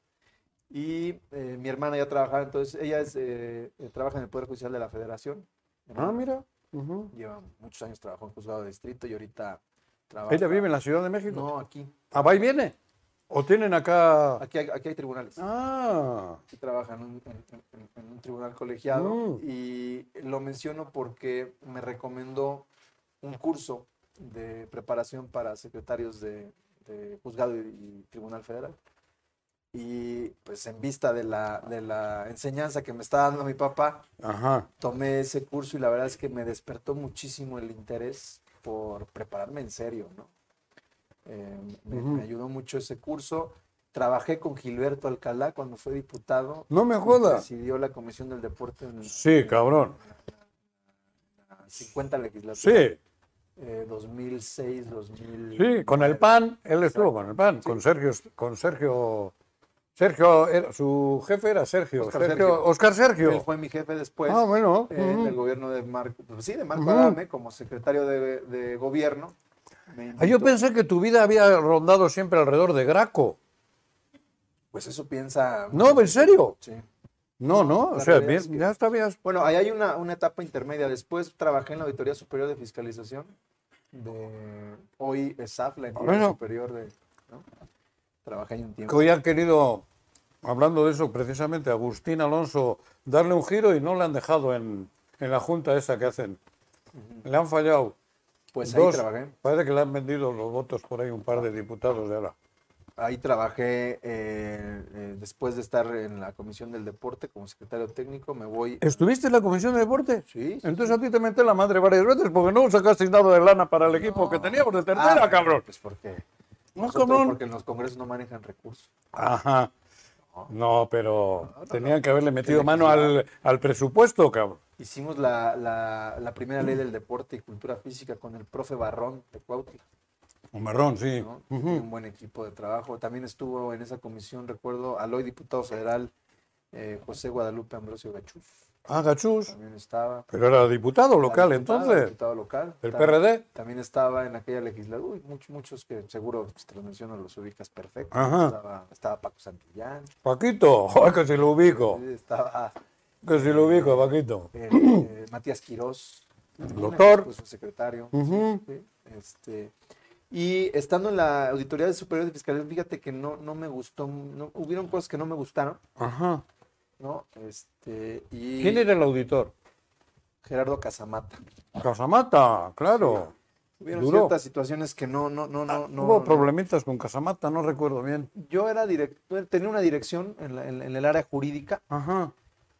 Y eh, mi hermana ya trabajaba, entonces ella es, eh, eh, trabaja en el Poder Judicial de la Federación. Ah, mira. Ujú. Lleva muchos años trabajó en juzgado de distrito y ahorita trabaja. ¿Ella vive en la Ciudad de México? No, aquí. ¿Ah, va y viene? ¿O tienen acá...? Aquí hay, aquí hay tribunales. Ah, que trabaja en un, en- en- en un tribunal colegiado Mm. y lo menciono porque me recomendó un curso de preparación para secretarios de, de juzgado y, y tribunal federal. Y pues en vista de la, de la enseñanza que me estaba dando mi papá, Ajá. tomé ese curso y la verdad es que me despertó muchísimo el interés por prepararme en serio, ¿no? Eh, me, Ujú. me ayudó mucho ese curso. Trabajé con Gilberto Alcalá cuando fue diputado. No me jodas. Presidió la Comisión del Deporte en Sí, cabrón. la 50 legislatura. Sí, eh, 2006, 2000. sí, con el PAN, él estuvo con el PAN, con Sergio, con Sergio, Sergio, era- su jefe era Sergio, Oscar Sergio- Sergio. Oscar Él Sergio. fue mi jefe después. ah, bueno. eh, ujú. del gobierno de Marco, pues sí, de Marco Ujú. Adame, como secretario de, de gobierno. Me Ah, yo invitó. pensé que tu vida había rondado siempre alrededor de Graco. Pues eso piensa. No, ¿en serio? Sí. No, no, o La sea, realidad bien, es que- ya estabas. Bueno, ahí hay una, una etapa intermedia. Después trabajé en la Auditoría Superior de Fiscalización de hoy SAF, la entidad Bueno. superior de. ¿no? Trabajé ahí un que tiempo. hoy han querido, hablando de eso precisamente, Agustín Alonso, darle un giro y no le han dejado en, en la junta esa que hacen. Le han fallado. Pues ahí dos, trabajé. parece que le han vendido los votos por ahí un par de diputados de ahora. Ahí trabajé eh, eh, después de estar en la Comisión del Deporte como secretario técnico. Me voy. ¿Estuviste en la comisión de deporte? Sí, sí, Entonces a ti te mete la madre varias veces porque no sacaste nada de lana para el equipo No. que teníamos de Ah, tercera, pero, cabrón. Pues porque. No, nosotros, cabrón. Porque en los congresos no manejan recursos. Ajá. No, pero tenían que haberle metido Tiene que mano ser. al, al presupuesto, cabrón. Hicimos la, la- la primera Mm. ley del deporte y cultura física con el profe Barrón de Cuautla. Un marrón, sí. ¿no? Ujú. Tiene Un buen equipo de trabajo. También estuvo en esa comisión, recuerdo, al hoy diputado federal eh, José Guadalupe Ambrosio Gachuz. Ah, gachús. También estaba. Pero era diputado local Era diputado, entonces. Diputado local. ¿Del Tam- PRD? También estaba en aquella legislatura. Uy, muchos, muchos que seguro pues, te los menciono, los ubicas perfecto. Ajá. Estaba, estaba Paco Santillán. Paquito, ay, que si lo ubico. sí, Estaba Que si lo ubico, Paquito. eh, eh, Matías Quirós. Doctor. Pues, su secretario. Ujú. Sí, Este, y estando en la Auditoría Superior de Fiscalía, fíjate que no, no me gustó, no, hubieron cosas que no me gustaron, Ajá. ¿no? Este, y ¿Quién era el auditor? Gerardo Casamata. Casamata, claro. Hubieron Duró. ciertas situaciones que no, no, no, no, no. Ah, Hubo no. problemitas con Casamata, no recuerdo bien. Yo era director, tenía una dirección en, la- en- en el área jurídica, Ajá.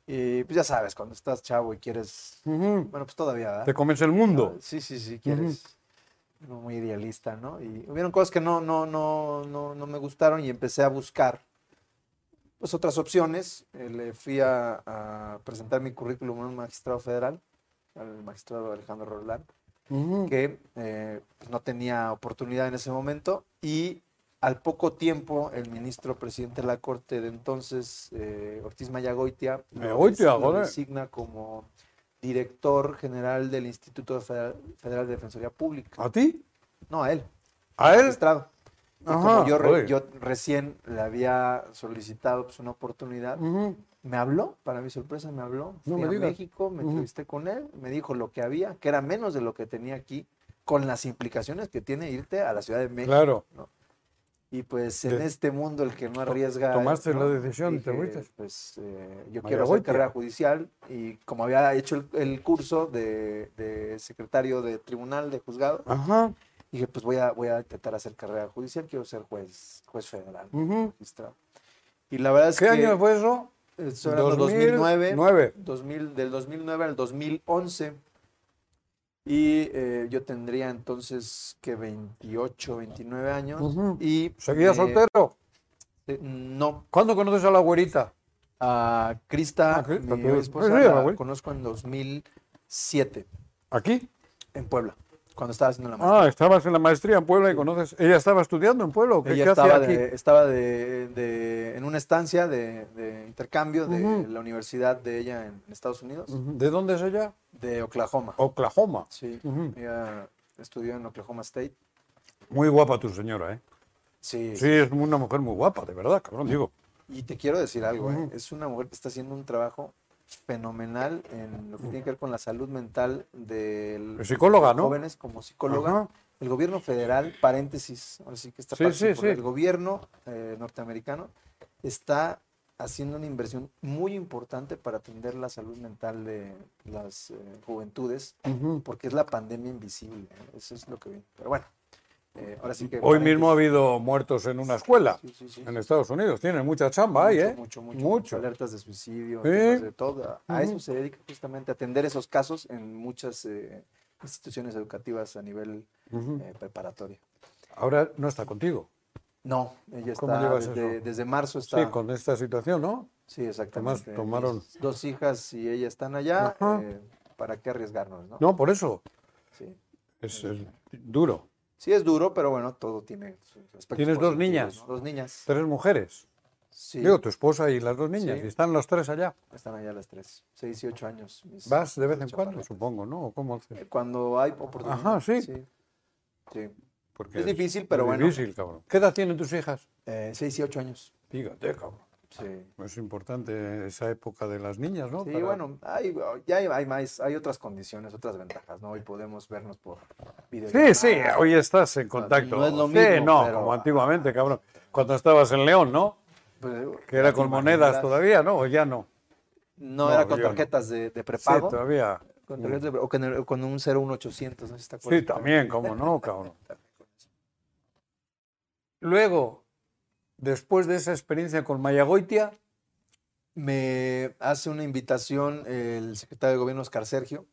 y pues ya sabes, cuando estás chavo y quieres, Ujú. bueno, pues todavía, ¿verdad? Ah, Te comes el mundo. Sí, sí, sí, quieres. uno Muy idealista, ¿no? Y hubieron cosas que no, no, no, no, no me gustaron y empecé a buscar pues, otras opciones. Eh, le fui a, a presentar mi currículum a un magistrado federal, al magistrado Alejandro Roldán, Ujú. que eh, pues, no tenía oportunidad en ese momento y al poco tiempo el ministro presidente de la corte de entonces, eh, Ortiz Mayagoitia, lo Mayagoitia, des- lo joder. designa como director general del Instituto Federal, Federal de Defensoría Pública. ¿A ti? No, a él, ¿A Ah. él? magistrado. Y como Ajá, yo, re- joder. yo recién le había solicitado pues, una oportunidad, Ujú. me habló, para mi sorpresa me habló, No fui me a digas. México, me Ujú. entrevisté con él, me dijo lo que había, que era menos de lo que tenía aquí, con las implicaciones que tiene irte a la Ciudad de México. Claro. Y pues en De- este mundo el que no arriesga... tomaste ¿no? la decisión y te Dije, fuiste. Pues eh, yo quiero hacer Mayagoitia. carrera judicial y como había hecho el, el curso de, de secretario de tribunal, de juzgado, Ajá. dije pues voy a, voy a intentar hacer carrera judicial, quiero ser juez, juez federal, Ujú. magistrado. Y la verdad es ¿Qué que... año fue eso? Estoy hablando 2009, 2009. 2000, del 2009 al 2011. Y eh, yo tendría entonces que 28, 29 años. Ujú. Y ¿Seguías eh, soltero? eh, no. ¿Cuándo conoces a la güerita? A Crista, Ah, Crista, mi tú- esposa, sí, la la güey. conozco en 2007, ¿Aquí? en Puebla, cuando estaba haciendo la maestría. Ah, estabas en la maestría en Puebla y conoces. ¿Ella estaba estudiando en Puebla o qué, Ella qué hacía estaba, aquí? de, estaba de, de- en una estancia de, de intercambio de Ujú. la universidad de ella en Estados Unidos, Ujú. ¿De dónde es ella? de Oklahoma. Oklahoma. Sí, Ujú. ella estudió en Oklahoma State. Muy guapa tu señora, ¿eh? Sí, Sí, es una mujer muy guapa, de verdad, cabrón, digo. Y te quiero decir algo, ¿eh? Ujú. es una mujer que está haciendo un trabajo fenomenal en lo que tiene que ver con la salud mental de Es los psicóloga, ¿no? jóvenes como psicóloga. Ajá. El gobierno federal, paréntesis, así que está Sí, sí, sí. el gobierno eh, norteamericano está haciendo una inversión muy importante para atender la salud mental de las eh, juventudes, porque es la pandemia invisible. ¿eh? Eso es lo que vi. Pero bueno, eh, ahora sí que. Hoy mismo ha habido muertos en una escuela Sí, sí, sí. en Estados Unidos. Tienen mucha chamba ahí, mucho, ¿eh? mucho, mucho, Mucho. Alertas de suicidio, Sí. alertas de todo. A eso Ujú. se dedica justamente a atender esos casos en muchas eh, instituciones educativas a nivel Ujú. eh, preparatoria. Ahora no está contigo. No, ella ¿Cómo está llevas desde, eso? desde marzo está. Sí, con esta situación, ¿no? Sí, exactamente. Mis tomaron- dos hijas y ella están allá. Ajá. eh, ¿Para qué arriesgarnos, no? No, por eso. Sí. Es, es duro. Sí es duro, pero bueno, todo tiene sus aspectos Tienes dos positivos, niñas. ¿no? Dos niñas. Tres mujeres. Sí, Digo, tu esposa y las dos niñas. Sí. Y están los tres allá. están allá las tres. Seis y ocho años. mis- Vas de vez en mis cuando, chaparritas. supongo, ¿no? ¿O ¿Cómo haces? Eh, Cuando hay oportunidad. Ajá, sí. Sí. Sí. Porque Es difícil, pero es bueno. difícil, cabrón. ¿Qué edad tienen tus hijas? Eh, seis y ocho años. Fíjate, cabrón. Sí. Es importante esa época de las niñas, ¿no? Sí, Para- bueno, hay, ya hay, hay más, hay otras condiciones, otras ventajas, ¿no? Hoy podemos vernos por video. Sí, sí, hoy estás en no contacto. es lo Sí, mismo, no, pero- como antiguamente, cabrón. Cuando estabas en León, ¿no? Pues, Que era con monedas todavía, ¿no? O ya no. No, No, era con yo no. tarjetas de, de Sí, prepago. todavía. con tarjetas de pre- o con, el- con un 01800, no sé si te acuerdas. Sí, también, cómo no, cabrón. Luego, después de esa experiencia con Mayagoitia, Me hace una invitación el secretario de gobierno Oscar Sergio.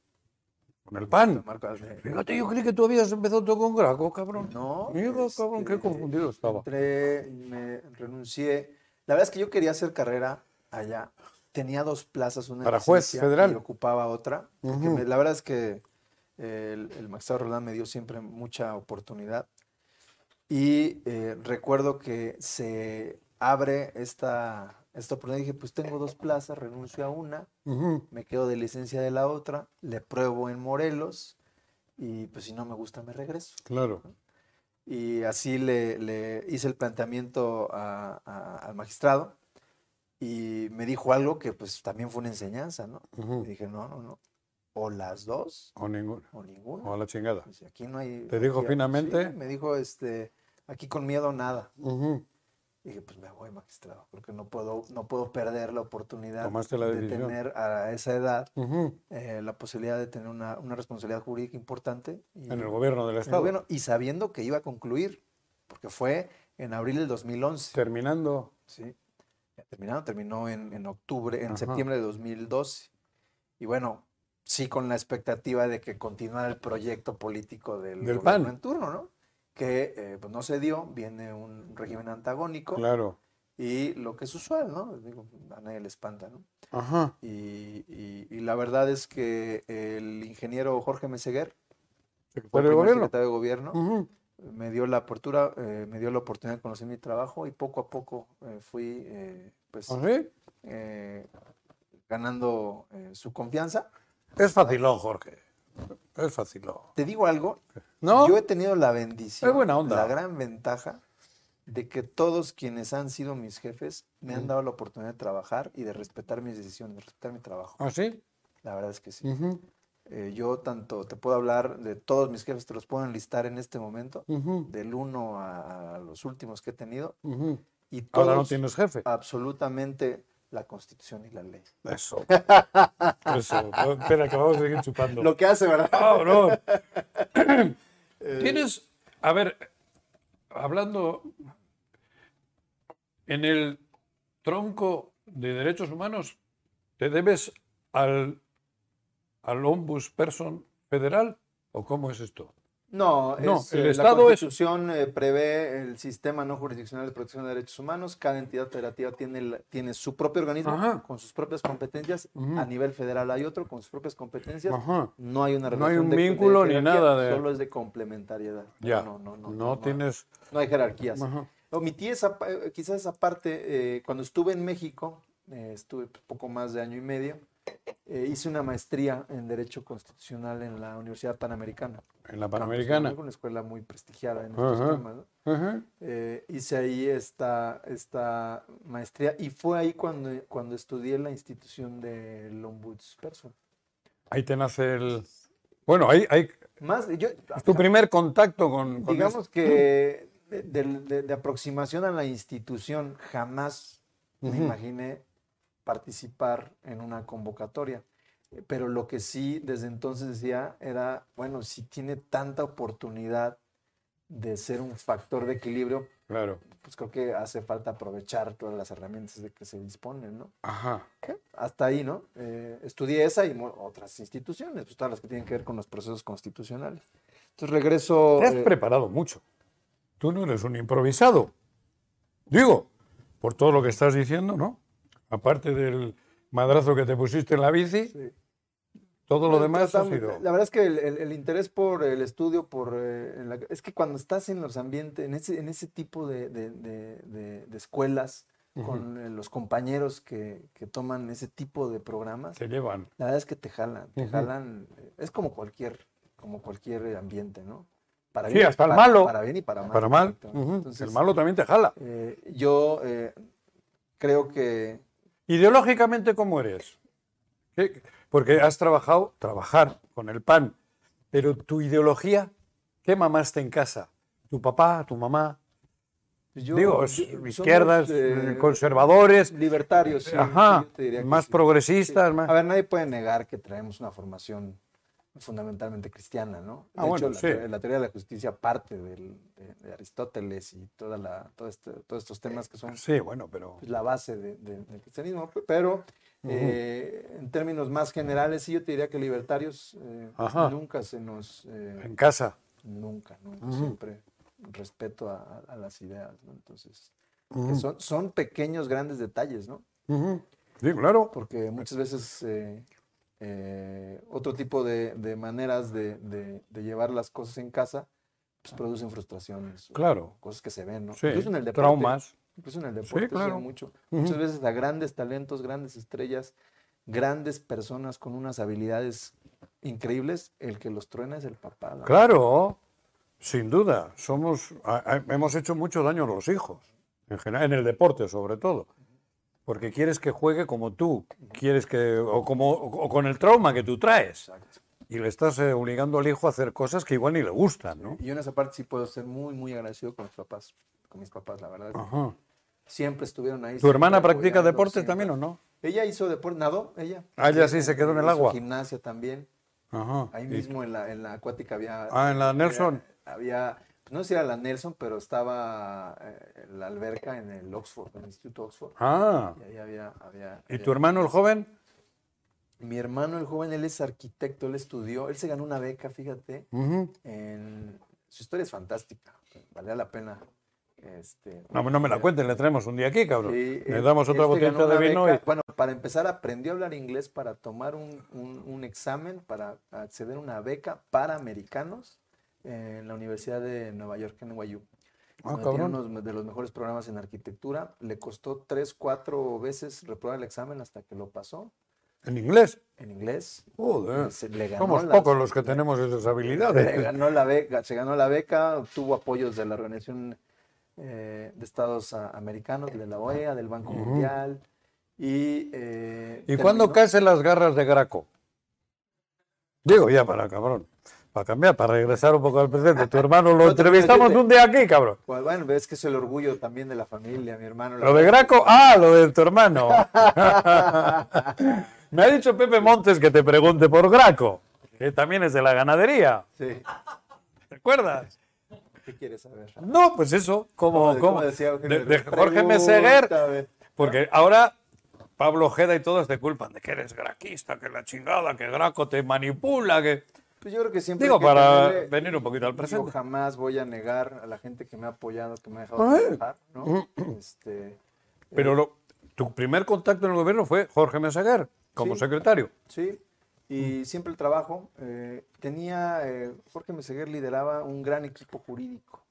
con el pan. Marco Alvarez. Fíjate, yo creí que tú habías empezado todo con Graco, cabrón. No, Mira, cabrón, qué este, confundido estaba. entré, me renuncié. La verdad es que yo quería hacer carrera allá. Tenía dos plazas, una en Para juez licencia federal. y ocupaba otra. porque Ujú. me- la verdad es que el, el magistrado Roldán me dio siempre mucha oportunidad. Y eh, recuerdo que se abre esta, esta oportunidad. Dije, pues tengo dos plazas, renuncio a una Ujú. me quedo de licencia de la otra, le pruebo en Morelos y pues si no me gusta me regreso. Claro. Y así le, le hice el planteamiento a- a- al magistrado y me dijo algo que pues también fue una enseñanza, ¿no? Ujú. Y dije, no, no, no, o las dos O ninguno. o ninguna. O a la chingada. Pues, aquí no hay... ¿Te dijo aquí- finamente? sí, me dijo, este, aquí con miedo nada. Ujú. Dije, pues me voy, magistrado, porque no puedo, no puedo perder la oportunidad Tomaste la de decisión. tener a esa edad Ujú. eh, la posibilidad de tener una, una responsabilidad jurídica importante. Y, En el gobierno del en el Estado. gobierno, y sabiendo que iba a concluir, porque fue en abril del 2011. Terminando. ¿sí? Ya Terminaron, terminó en, en octubre, en Ajá. septiembre de 2012. Y bueno, sí con la expectativa de que continuara el proyecto político del, Del gobierno PAN. en turno, ¿no? Que eh, pues no se dio, viene un régimen antagónico Claro. y lo que es usual, ¿no? Digo, a nadie le espanta, ¿no? Ajá. Y, y- y la verdad es que el ingeniero Jorge Meseguer, fue el Secretario de primer gobierno. secretario de gobierno, Ujú. me dio la apertura, eh, me dio la oportunidad de conocer mi trabajo y poco a poco eh, fui eh, pues, ¿Ah, sí? eh, ganando eh, su confianza. Es facilón, Jorge. Es facilón. Te digo algo, ¿No? yo he tenido la bendición, Es buena onda. la gran ventaja de que todos quienes han sido mis jefes me han Mm. dado la oportunidad de trabajar y de respetar mis decisiones, de respetar mi trabajo. ¿Ah, sí? La verdad es que sí. Ujú, Eh, yo tanto te puedo hablar de todos mis jefes, te los puedo enlistar en este momento, ujú, del uno a, a los últimos que he tenido, ujú. y Ahora no todos tienes jefe. absolutamente la constitución y la ley. Eso. Eso. No, Espera, que vamos a seguir chupando. Lo que hace, ¿verdad? Oh, no. Tienes, a ver, hablando en el tronco de derechos humanos, ¿te debes al, al ombudsperson federal o cómo es esto? No, No, es, el eh, Estado es- la constitución eh, prevé el sistema no jurisdiccional de protección de derechos humanos. Cada entidad federativa tiene, la- tiene su propio organismo Ajá. con sus propias competencias. Ujú. A nivel federal hay otro con sus propias competencias. Ajá. No hay una No hay relación un de- de vínculo ni jerarquía, nada de- Solo es de complementariedad. Ya. No, no, no. No tienes. No hay jerarquías. Ajá. Omití esa, pa- eh, quizás esa parte, eh, cuando estuve en México, eh, estuve poco más de año y medio, eh, hice una maestría en Derecho Constitucional en la Universidad Panamericana. Pues, En la Panamericana. Una escuela muy prestigiada en estos Ajá. temas. ¿no? Ajá. Eh, hice ahí esta, esta maestría y fue ahí cuando, cuando estudié la institución del Ombudsperson. Ahí te nace el. Bueno, ahí, ahí Más, yo, es tu primer contacto con. con digamos que de, de- de- de aproximación a la institución, jamás me Ujú. imaginé participar en una convocatoria. Eh, Pero lo que sí desde entonces decía era, bueno, si tiene tanta oportunidad de ser un factor de equilibrio, Claro. pues creo que hace falta aprovechar todas las herramientas de que se disponen, ¿no? Ajá. Hasta ahí, ¿no? Eh, estudié esa y mu- otras instituciones, pues todas las que tienen que ver con los procesos constitucionales. Entonces regreso... Te has eh, preparado mucho. Tú no eres un improvisado. Digo, por todo lo que estás diciendo, ¿no? Aparte del madrazo que te pusiste en la bici, Sí. todo lo Bueno, demás ha tratamos- sido. La verdad es que el, el- el interés por el estudio, por eh, en la- es que cuando estás en los ambientes, en ese, en ese tipo de, de- de- de- de escuelas, Ujú. con eh, los compañeros que, que toman ese tipo de programas, Te llevan. la verdad es que te jalan, te Ujú. jalan, eh, es como cualquier, como cualquier eh, ambiente, ¿no? Para Sí, bien, hasta el para- malo. Para bien y para mal. Para mal. exactamente. ujú, Entonces, el malo también te jala. eh, yo eh, creo que Ideológicamente, ¿cómo eres? ¿Qué- Porque has trabajado, trabajar con el pan, pero tu ideología, ¿qué mamaste en casa? ¿Tu papá, tu mamá? pues yo... Digo, es- yo- somos, izquierdas, eh, conservadores, Libertarios, sí, sí, ajá, yo te diría que más sí. progresistas, más... A ver, nadie puede negar que traemos una formación fundamentalmente cristiana, ¿no? Ah, de bueno, hecho, la, sí. teoría- la teoría de la justicia parte del- de, de Aristóteles y toda la, todo este- todos estos temas que son Ah, Sí, bueno, pero... pues, la base de- de- del cristianismo, pe- pero eh, en términos más generales, sí, yo te diría que libertarios eh, Ajá. nunca se nos... eh, En casa. nunca, nunca, Ujú. siempre respeto a, a las ideas, ¿no? Entonces, que Ujú, son, son pequeños, grandes detalles, ¿no? ujú. Sí, claro. porque muchas veces eh, eh, otro tipo de, de maneras de, de- de llevar las cosas en casa pues producen frustraciones, o Claro. cosas que se ven, ¿no? Sí, Incluso en el deporte, traumas. incluso en el deporte se ve claro. mucho. Ujú. Muchas veces a grandes talentos, grandes estrellas, grandes personas con unas habilidades increíbles, el que los truena es el papá. la- Claro, sin duda. Somos, a- a- hemos hecho mucho daño a los hijos, en, general, en el deporte sobre todo. Porque quieres que juegue como tú, quieres que, o, como, o con el trauma que tú traes. Exacto. Y le estás eh, obligando al hijo a hacer cosas que igual ni le gustan, ¿no? Y yo en esa parte sí puedo ser muy, muy agradecido con mis papás, con mis papás, la verdad. Ajá. Siempre estuvieron ahí. Ah. ¿Tu hermana siempre practica apoyando, deporte siempre. también o no? Ella hizo deporte, nadó, ella. Ah, ella sí se quedó en el Hizo agua. gimnasia también. Ajá. Ahí Y- mismo en la, en la acuática había. Ah, en la había- Nelson. Había, no sé si era la Nelson, pero estaba eh, la alberca en el Oxford, en el Instituto Oxford. Ah. Y ahí había. había ¿Y había- tu hermano, el joven? Mi hermano, el joven, él es arquitecto, él estudió, él se ganó una beca, fíjate. Ujú. En... Su historia es fantástica, valía la pena. Este, No, no me la eh, cuentes, le traemos un día aquí, cabrón. Sí, le él- damos otra él se ganó botellita de una vino beca. y... Bueno, para empezar, aprendió a hablar inglés para tomar un, un- un examen, para acceder a una beca para americanos en la Universidad de Nueva York, en NYU. Ah, donde tiene cabrón. unos de los mejores programas en arquitectura. Le costó tres, cuatro veces reprobar el examen hasta que lo pasó ¿En inglés? en inglés. Joder. Se- le ganó Ah, Somos las- pocos los que tenemos esas le habilidades. ganó la beca, se ganó la beca, obtuvo apoyos de la Organización eh, de Estados ah, Americanos, de la OEA, del Banco Ujú. Mundial. ¿Y, eh, ¿Y cuándo terminó- caes en las garras de Graco? Digo, ya para cabrón. Para cambiar, para regresar un poco al presente. Tu hermano lo No te entrevistamos preocupes. un día aquí, cabrón. Pues, Bueno, es que es el orgullo también de la familia, mi hermano. la Lo de verdad. Graco, ah, lo de tu hermano. Me ha dicho Pepe Montes que te pregunte por Graco, que también es de la ganadería. Sí, ¿Te acuerdas? ¿qué quieres saber? No, pues eso, como, ¿Cómo como decía de, Eugenio? de Jorge Meseguer, Porque ahora Pablo Ojeda y todos te culpan de que eres graquista, que la chingada, que Graco te manipula, que... Pues yo creo que siempre. Digo, hay que para tenerle- venir un poquito al Yo presente. jamás voy a negar a la gente que me ha apoyado, que me ha dejado trabajar, Mm. ¿no? Este, Pero lo- tu primer contacto en el gobierno fue Jorge Meseguer, como Sí. secretario. Sí, Mm. y siempre el trabajo. eh, tenía, eh, Jorge Meseguer lideraba un gran equipo jurídico.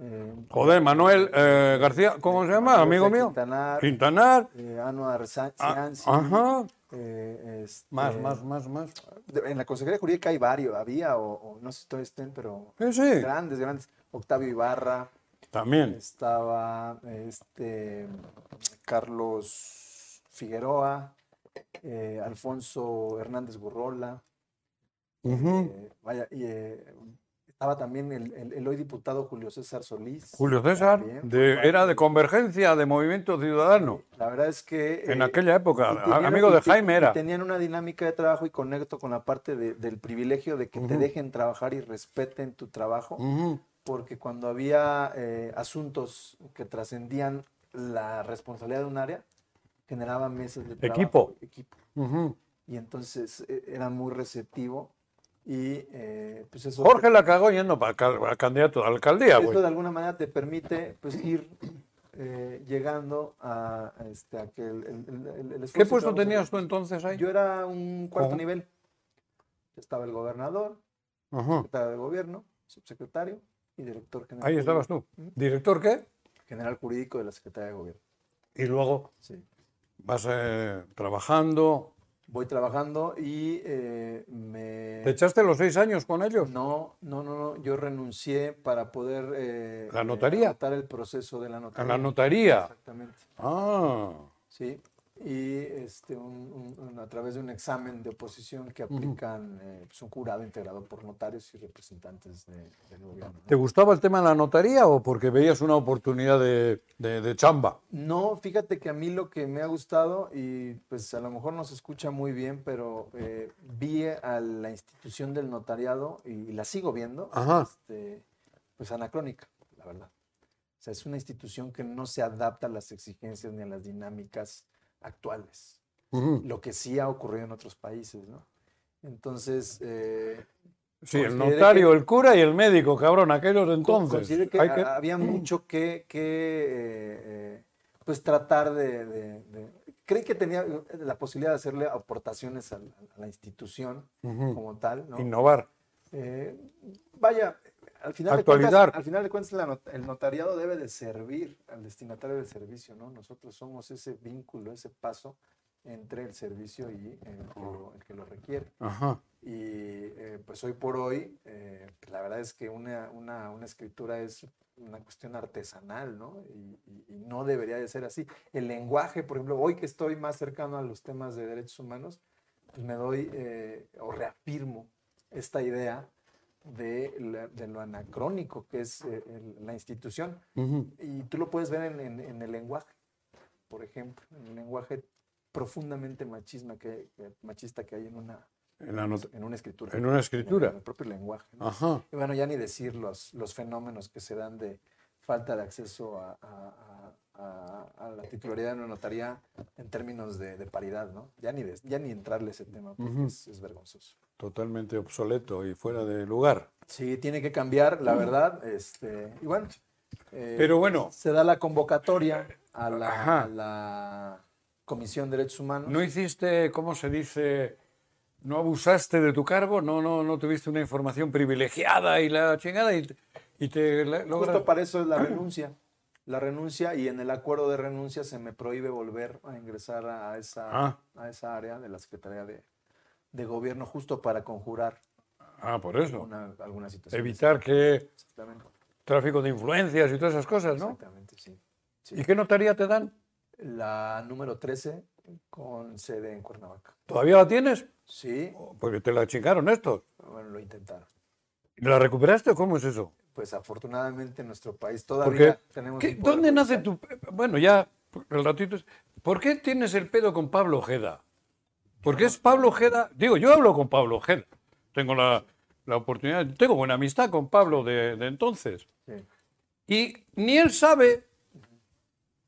eh, Joder, Manuel eh, García, ¿cómo se llama? García Amigo mío. Quintanar, Quintanar. eh, Anuar Sa- Ah, Cianci, ajá. eh, este, Más, más, más, más. de- En la Consejería Jurídica hay varios, había, o, o no sé si todavía estén, pero Sí, sí. grandes, grandes. Octavio Ibarra, También. estaba este Carlos Figueroa, eh, Alfonso Hernández Gurrola. Ujú. Eh, vaya, y, eh, Estaba también el, el- el hoy diputado Julio César Solís. Julio César También, de- Juan era de Pablo. Convergencia, de Movimiento Ciudadano, La verdad es que... en eh, aquella época. y tenían- amigo de y te- Jaime y era. Tenían una dinámica de trabajo y conecto con la parte de- del privilegio de que te Ujú. dejen trabajar y respeten tu trabajo. Ujú. porque cuando había eh, asuntos que trascendían la responsabilidad de un área, generaban meses de trabajo, Equipo. equipo. Ujú. Y entonces eh, era muy receptivo y eh, pues eso, Jorge la cagó yendo para cal- para candidato a alcaldía, eso güey. de alguna manera te permite pues ir eh, llegando a, a este, a que el, el- el- el esfuerzo ¿Qué que puesto vamos a- tenías tú entonces ahí? Yo era un cuarto Ojo. nivel. Estaba el gobernador, Ujú. secretario de gobierno, subsecretario y director general, Ahí jurídico- estabas tú. ¿Director qué? general jurídico de la Secretaría de Gobierno. Y luego Sí. vas eh, trabajando. voy trabajando y eh, me... ¿Te echaste los seis años con ellos? No, no, no, no, yo renuncié para poder... eh, ¿La eh, notaría? agotar el proceso de la A notaría. la notaría. Exactamente, Ah, sí. Y este, un- un- un- a través de un examen de oposición que aplican eh, pues, un jurado integrado por notarios y representantes de- del gobierno. ¿te gustaba el tema de la notaría o porque veías una oportunidad de, de- de chamba? No, fíjate que a mí lo que me ha gustado, y pues a lo mejor no se escucha muy bien, pero eh, vi a la institución del notariado y la sigo viendo, Ajá. este, pues anacrónica, la verdad. O sea, es una institución que no se adapta a las exigencias ni a las dinámicas actuales, Ujú. lo que sí ha ocurrido en otros países, ¿no? Entonces, eh, Sí, el Consideré notario, que- el cura y el médico, cabrón, aquellos de Co- entonces. considero que, Hay a- que- había mucho que, que, eh, eh, pues tratar de, de- de- Creí que tenía eh, la posibilidad de hacerle aportaciones a la, a la institución Ujú. como tal, ¿no? Innovar. Eh, vaya, al final, de cuentas, Actualizar. al final de cuentas la not- el notariado debe de servir al destinatario del servicio, ¿no? Nosotros somos ese vínculo, ese paso entre el servicio y el que lo- el que lo requiere. Ajá. Y eh, pues hoy por hoy, eh, la verdad es que una, una, una escritura es una cuestión artesanal, ¿no? Y, y- y no debería de ser así. El lenguaje, por ejemplo, hoy que estoy más cercano a los temas de derechos humanos, pues me doy eh, o reafirmo esta idea de, la- de lo anacrónico que es eh, el- la institución. Ujú. Y tú lo puedes ver en, en- en el lenguaje, por ejemplo, en el lenguaje profundamente machismo que, que- machista que hay en una En, la not- en una escritura. en una en el- En escritura. el propio lenguaje. ¿no? Ajá. Y bueno, ya ni decir los, los fenómenos que se dan de falta de acceso a, a- a- a- a la titularidad en una notaría en términos de, de paridad, ¿no? Ya ni, de- ya ni entrarle a ese tema porque Ujú. es, es vergonzoso. Totalmente obsoleto y fuera de lugar. Sí, tiene que cambiar, la verdad. Este, y bueno, eh, Pero bueno, se da la convocatoria a la, Ajá. a la Comisión de Derechos Humanos. ¿No hiciste, cómo se dice, no abusaste de tu cargo? ¿No no, no tuviste una información privilegiada y la chingada y, y te la- logras...? Justo para eso es la renuncia. La renuncia y en el acuerdo de renuncia se me prohíbe volver a ingresar a esa, Ah. a esa área de la Secretaría de, de Gobierno justo para conjurar Ah, por eso. una- alguna situación. Evitar que Exactamente, tráfico de influencias y todas esas cosas, ¿no? exactamente, sí. ¿Y qué notaría te dan? La número 13 con sede en Cuernavaca. ¿Todavía la tienes? Sí, Porque te la chingaron estos. bueno, lo intentaron. ¿La recuperaste o cómo es eso? Pues afortunadamente en nuestro país Porque, todavía tenemos... ¿qué- un poder ¿dónde nace judicial. tu...? Bueno, ya, el ratito... es- ¿Por qué tienes el pedo con Pablo Ojeda? Porque es Pablo Ojeda... Digo, yo hablo con Pablo Ojeda. Tengo la, la oportunidad... Tengo buena amistad con Pablo de, de entonces. Sí. Y ni él sabe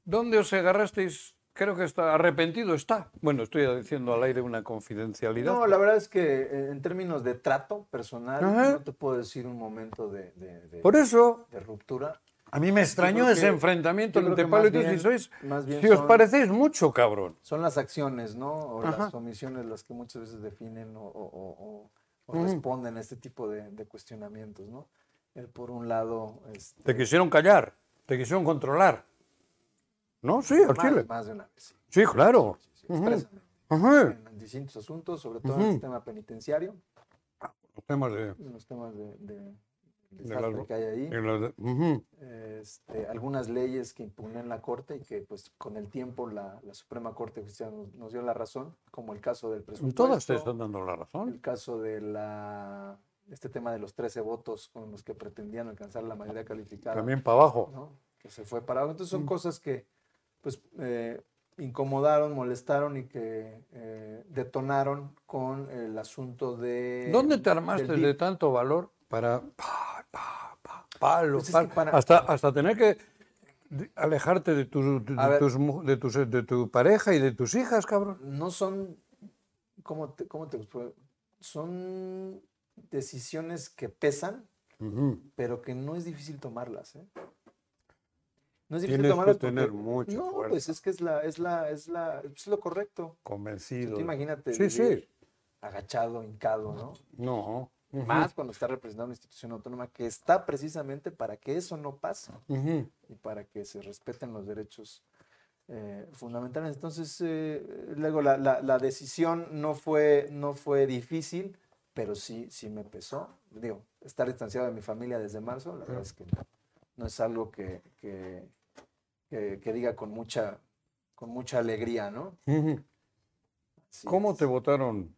dónde os agarrasteis. Creo que está arrepentido está. Bueno, estoy diciendo al aire una confidencialidad. No, la verdad es que eh, en términos de trato personal, Ajá. no te puedo decir un momento de, de- de- Por eso, de ruptura. a mí me extrañó creo ese que- enfrentamiento yo creo entre que Pablo y más tú. Si, bien- sois- más bien si os son- parecéis mucho, cabrón. Son las acciones, ¿no? O las Ajá. omisiones las que muchas veces definen o, o- o- o- o responden a este tipo de, de cuestionamientos, ¿no? Él, por un lado, este, Te quisieron callar, te quisieron controlar. ¿No? Sí, al más, Chile. más de una vez, sí, Sí, claro. sí, Ujú. expresamente, Ajá. en distintos asuntos, sobre todo en el Ujú. sistema penitenciario, Los temas de... en los temas de, de- del De la- desastre que hay ahí. de los de- ujú. este, algunas leyes que impugné en la Corte y que pues con el tiempo la, la Suprema Corte de Justicia nos, nos dio la razón, como el caso del En presupuesto, Todas te están dando la razón. el caso de la este tema de los 13 votos con los que pretendían alcanzar la mayoría calificada, También Mm. para abajo. ¿no? que se fue para abajo. Entonces son cosas que pues eh, incomodaron, molestaron y que eh, detonaron con el asunto de... ¿Dónde te armaste Eh, del de DIF. tanto valor para pa, pa, pa, palo, Pues es palo? que para- hasta, hasta tener que de- alejarte de, tus- de- A de ver. tus, mu- de, tus- de tu pareja y de tus hijas, cabrón? No son... ¿Cómo te, cómo te explico? Son decisiones que pesan, pero que no es difícil tomarlas. ¿eh? No es difícil Tienes que tomarlas porque- tener mucho No, fuerza, pues es que es la, es la, es la, es lo correcto. O sea, convencido. tú imagínate Sí, vivir sí. agachado, hincado, ¿no? No. ujú, Más cuando está representando una institución autónoma que está precisamente para que eso no pase ujú. y para que se respeten los derechos eh, fundamentales. Entonces, eh, luego la, la- la decisión no fue, no fue difícil, pero sí, sí me pesó. Digo, estar distanciado de mi familia desde marzo, la verdad es que no, no es algo que, que- que- que diga con mucha, con mucha alegría, ¿no? Ujú. Así ¿Cómo es. te votaron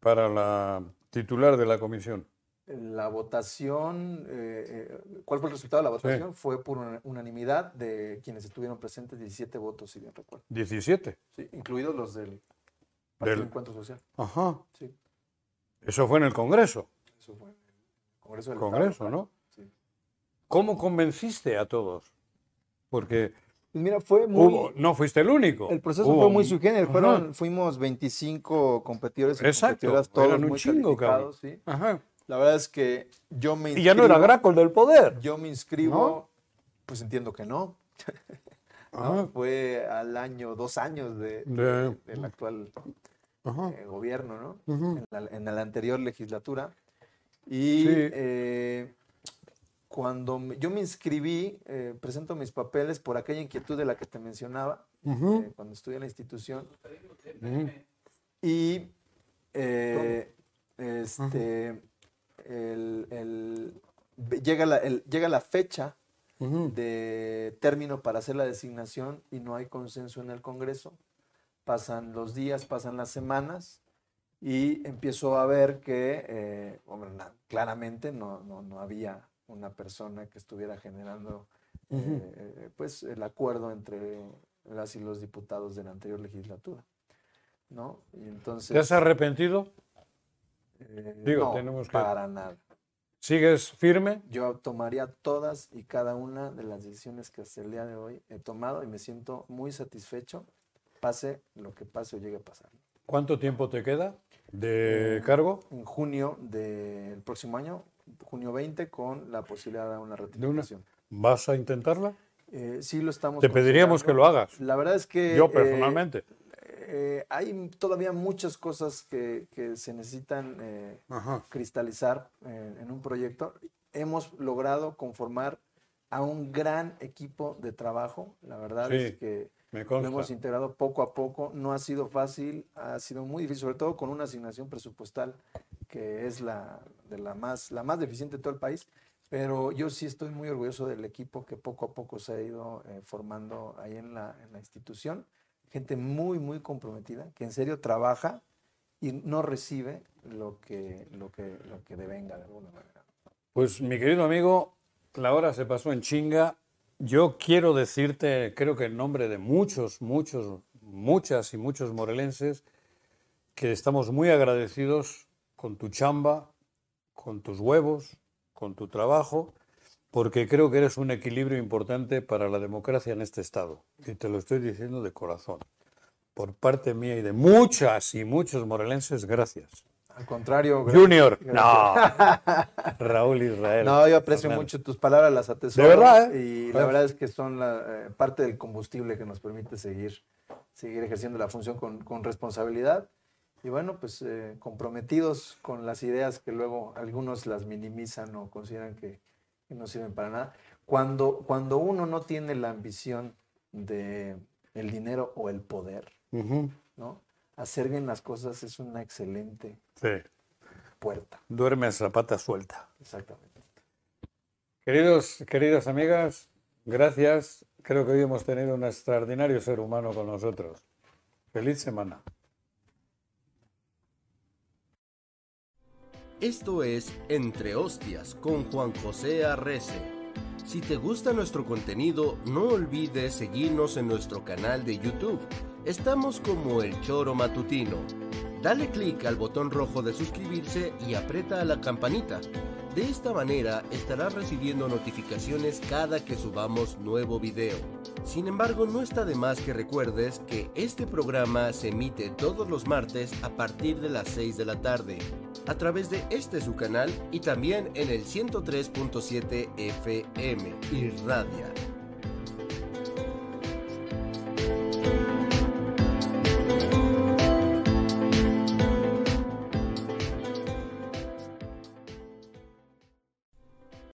para la titular de la comisión? La votación, eh, eh, ¿cuál fue el resultado de la votación? Fue por una- unanimidad de quienes estuvieron presentes, 17 votos, si bien recuerdo. 17. Sí, incluidos los del Partido Del- Encuentro Social. Ajá. Sí, Eso fue en el Congreso. eso fue en el Congreso del Congreso, Estado. ¿no? Sí. ¿Cómo convenciste a todos? Porque Pues mira, fue muy. hubo- no fuiste el único. el proceso Hubo fue muy un- su género. Ajá. Fueron, fuimos 25 competidores y Exacto, competidoras, todos eran un muy chingo, cabrón. calificados, sí. Ajá. La verdad es que yo me Y ya no era inscribo- Graco el del poder. Yo me inscribo, ¿No? Ah. pues entiendo que no. Ajá. Fue al año, dos años de, De- del actual ajá. eh, gobierno, ¿no? Ujú. en, la, en la anterior legislatura. Y Sí. eh, cuando me- yo me inscribí, eh, presento mis papeles por aquella inquietud de la que te mencionaba, Ujú. eh, cuando estudié en la institución. Ujú. Y eh, este, el- el- ve- llega, la, el- llega la fecha Ujú. de término para hacer la designación y no hay consenso en el Congreso. Pasan los días, pasan las semanas y empiezo a ver que, eh, hombre, na- claramente no, no, no había una persona que estuviera generando Ujú. eh, pues, el acuerdo entre las y los diputados de la anterior legislatura. ¿No? Y ¿Te has entonces. arrepentido? eh, digo, no, tenemos que- Para nada. ¿Sigues firme? Yo tomaría todas y cada una de las decisiones que hasta el día de hoy he tomado y me siento muy satisfecho, pase lo que pase o llegue a pasar. ¿Cuánto tiempo te queda de Mm. cargo? En junio del próximo año, junio 20, con la posibilidad de ¿De una una? ratificación. ¿Vas a intentarla? Eh, sí lo estamos Te pediríamos que lo considerando. hagas. La verdad es que... Yo eh, personalmente. eh, hay todavía muchas cosas que, que se necesitan... eh, Ajá. cristalizar eh, en un proyecto. Hemos logrado conformar a un gran equipo de trabajo. La verdad Sí, es que Me lo consta. hemos integrado poco a poco. No ha sido fácil, ha sido muy difícil, sobre todo con una asignación presupuestal que es la, de la, más, la más deficiente de todo el país. Pero yo sí estoy muy orgulloso del equipo que poco a poco se ha ido eh, formando ahí en la, en la institución. Gente muy, muy comprometida, que en serio trabaja y no recibe lo que, lo que, lo que devenga de alguna manera. Pues mi querido amigo, la hora se pasó en chinga. Yo quiero decirte, creo que en nombre de muchos, muchos, muchas y muchos morelenses, que estamos muy agradecidos con tu chamba, con tus huevos, con tu trabajo, porque creo que eres un equilibrio importante para la democracia en este Estado. Y te lo estoy diciendo de corazón. Por parte mía y de muchas y muchos morelenses, gracias. Al contrario, gra- Junior, no. Raúl Israel. No, yo aprecio Fernández. mucho tus palabras, las atesoro. De verdad, ¿eh? Y la Gracias. verdad es que son la, eh, parte del combustible que nos permite seguir, seguir ejerciendo la función con, con responsabilidad. Y bueno, pues eh, comprometidos con las ideas que luego algunos las minimizan o consideran que, que no sirven para nada. Cuando, cuando uno no tiene la ambición de el dinero o el poder, Ujú. ¿no? Hacer bien las cosas es una excelente Sí, puerta. duerme la pata suelta. Exactamente. Queridos, queridas amigas, gracias. Creo que hoy hemos tenido un extraordinario ser humano con nosotros. Feliz semana. Esto es Entre Hostias con Juan José Arrece. Si te gusta nuestro contenido, no olvides seguirnos en nuestro canal de YouTube. Estamos como El Choro Matutino. Dale clic al botón rojo de suscribirse y aprieta la campanita. De esta manera estarás recibiendo notificaciones cada que subamos nuevo video. Sin embargo, no está de más que recuerdes que este programa se emite todos los martes a partir de las 6 de la tarde, a través de este su canal y también en el 103.7 FM Irradia.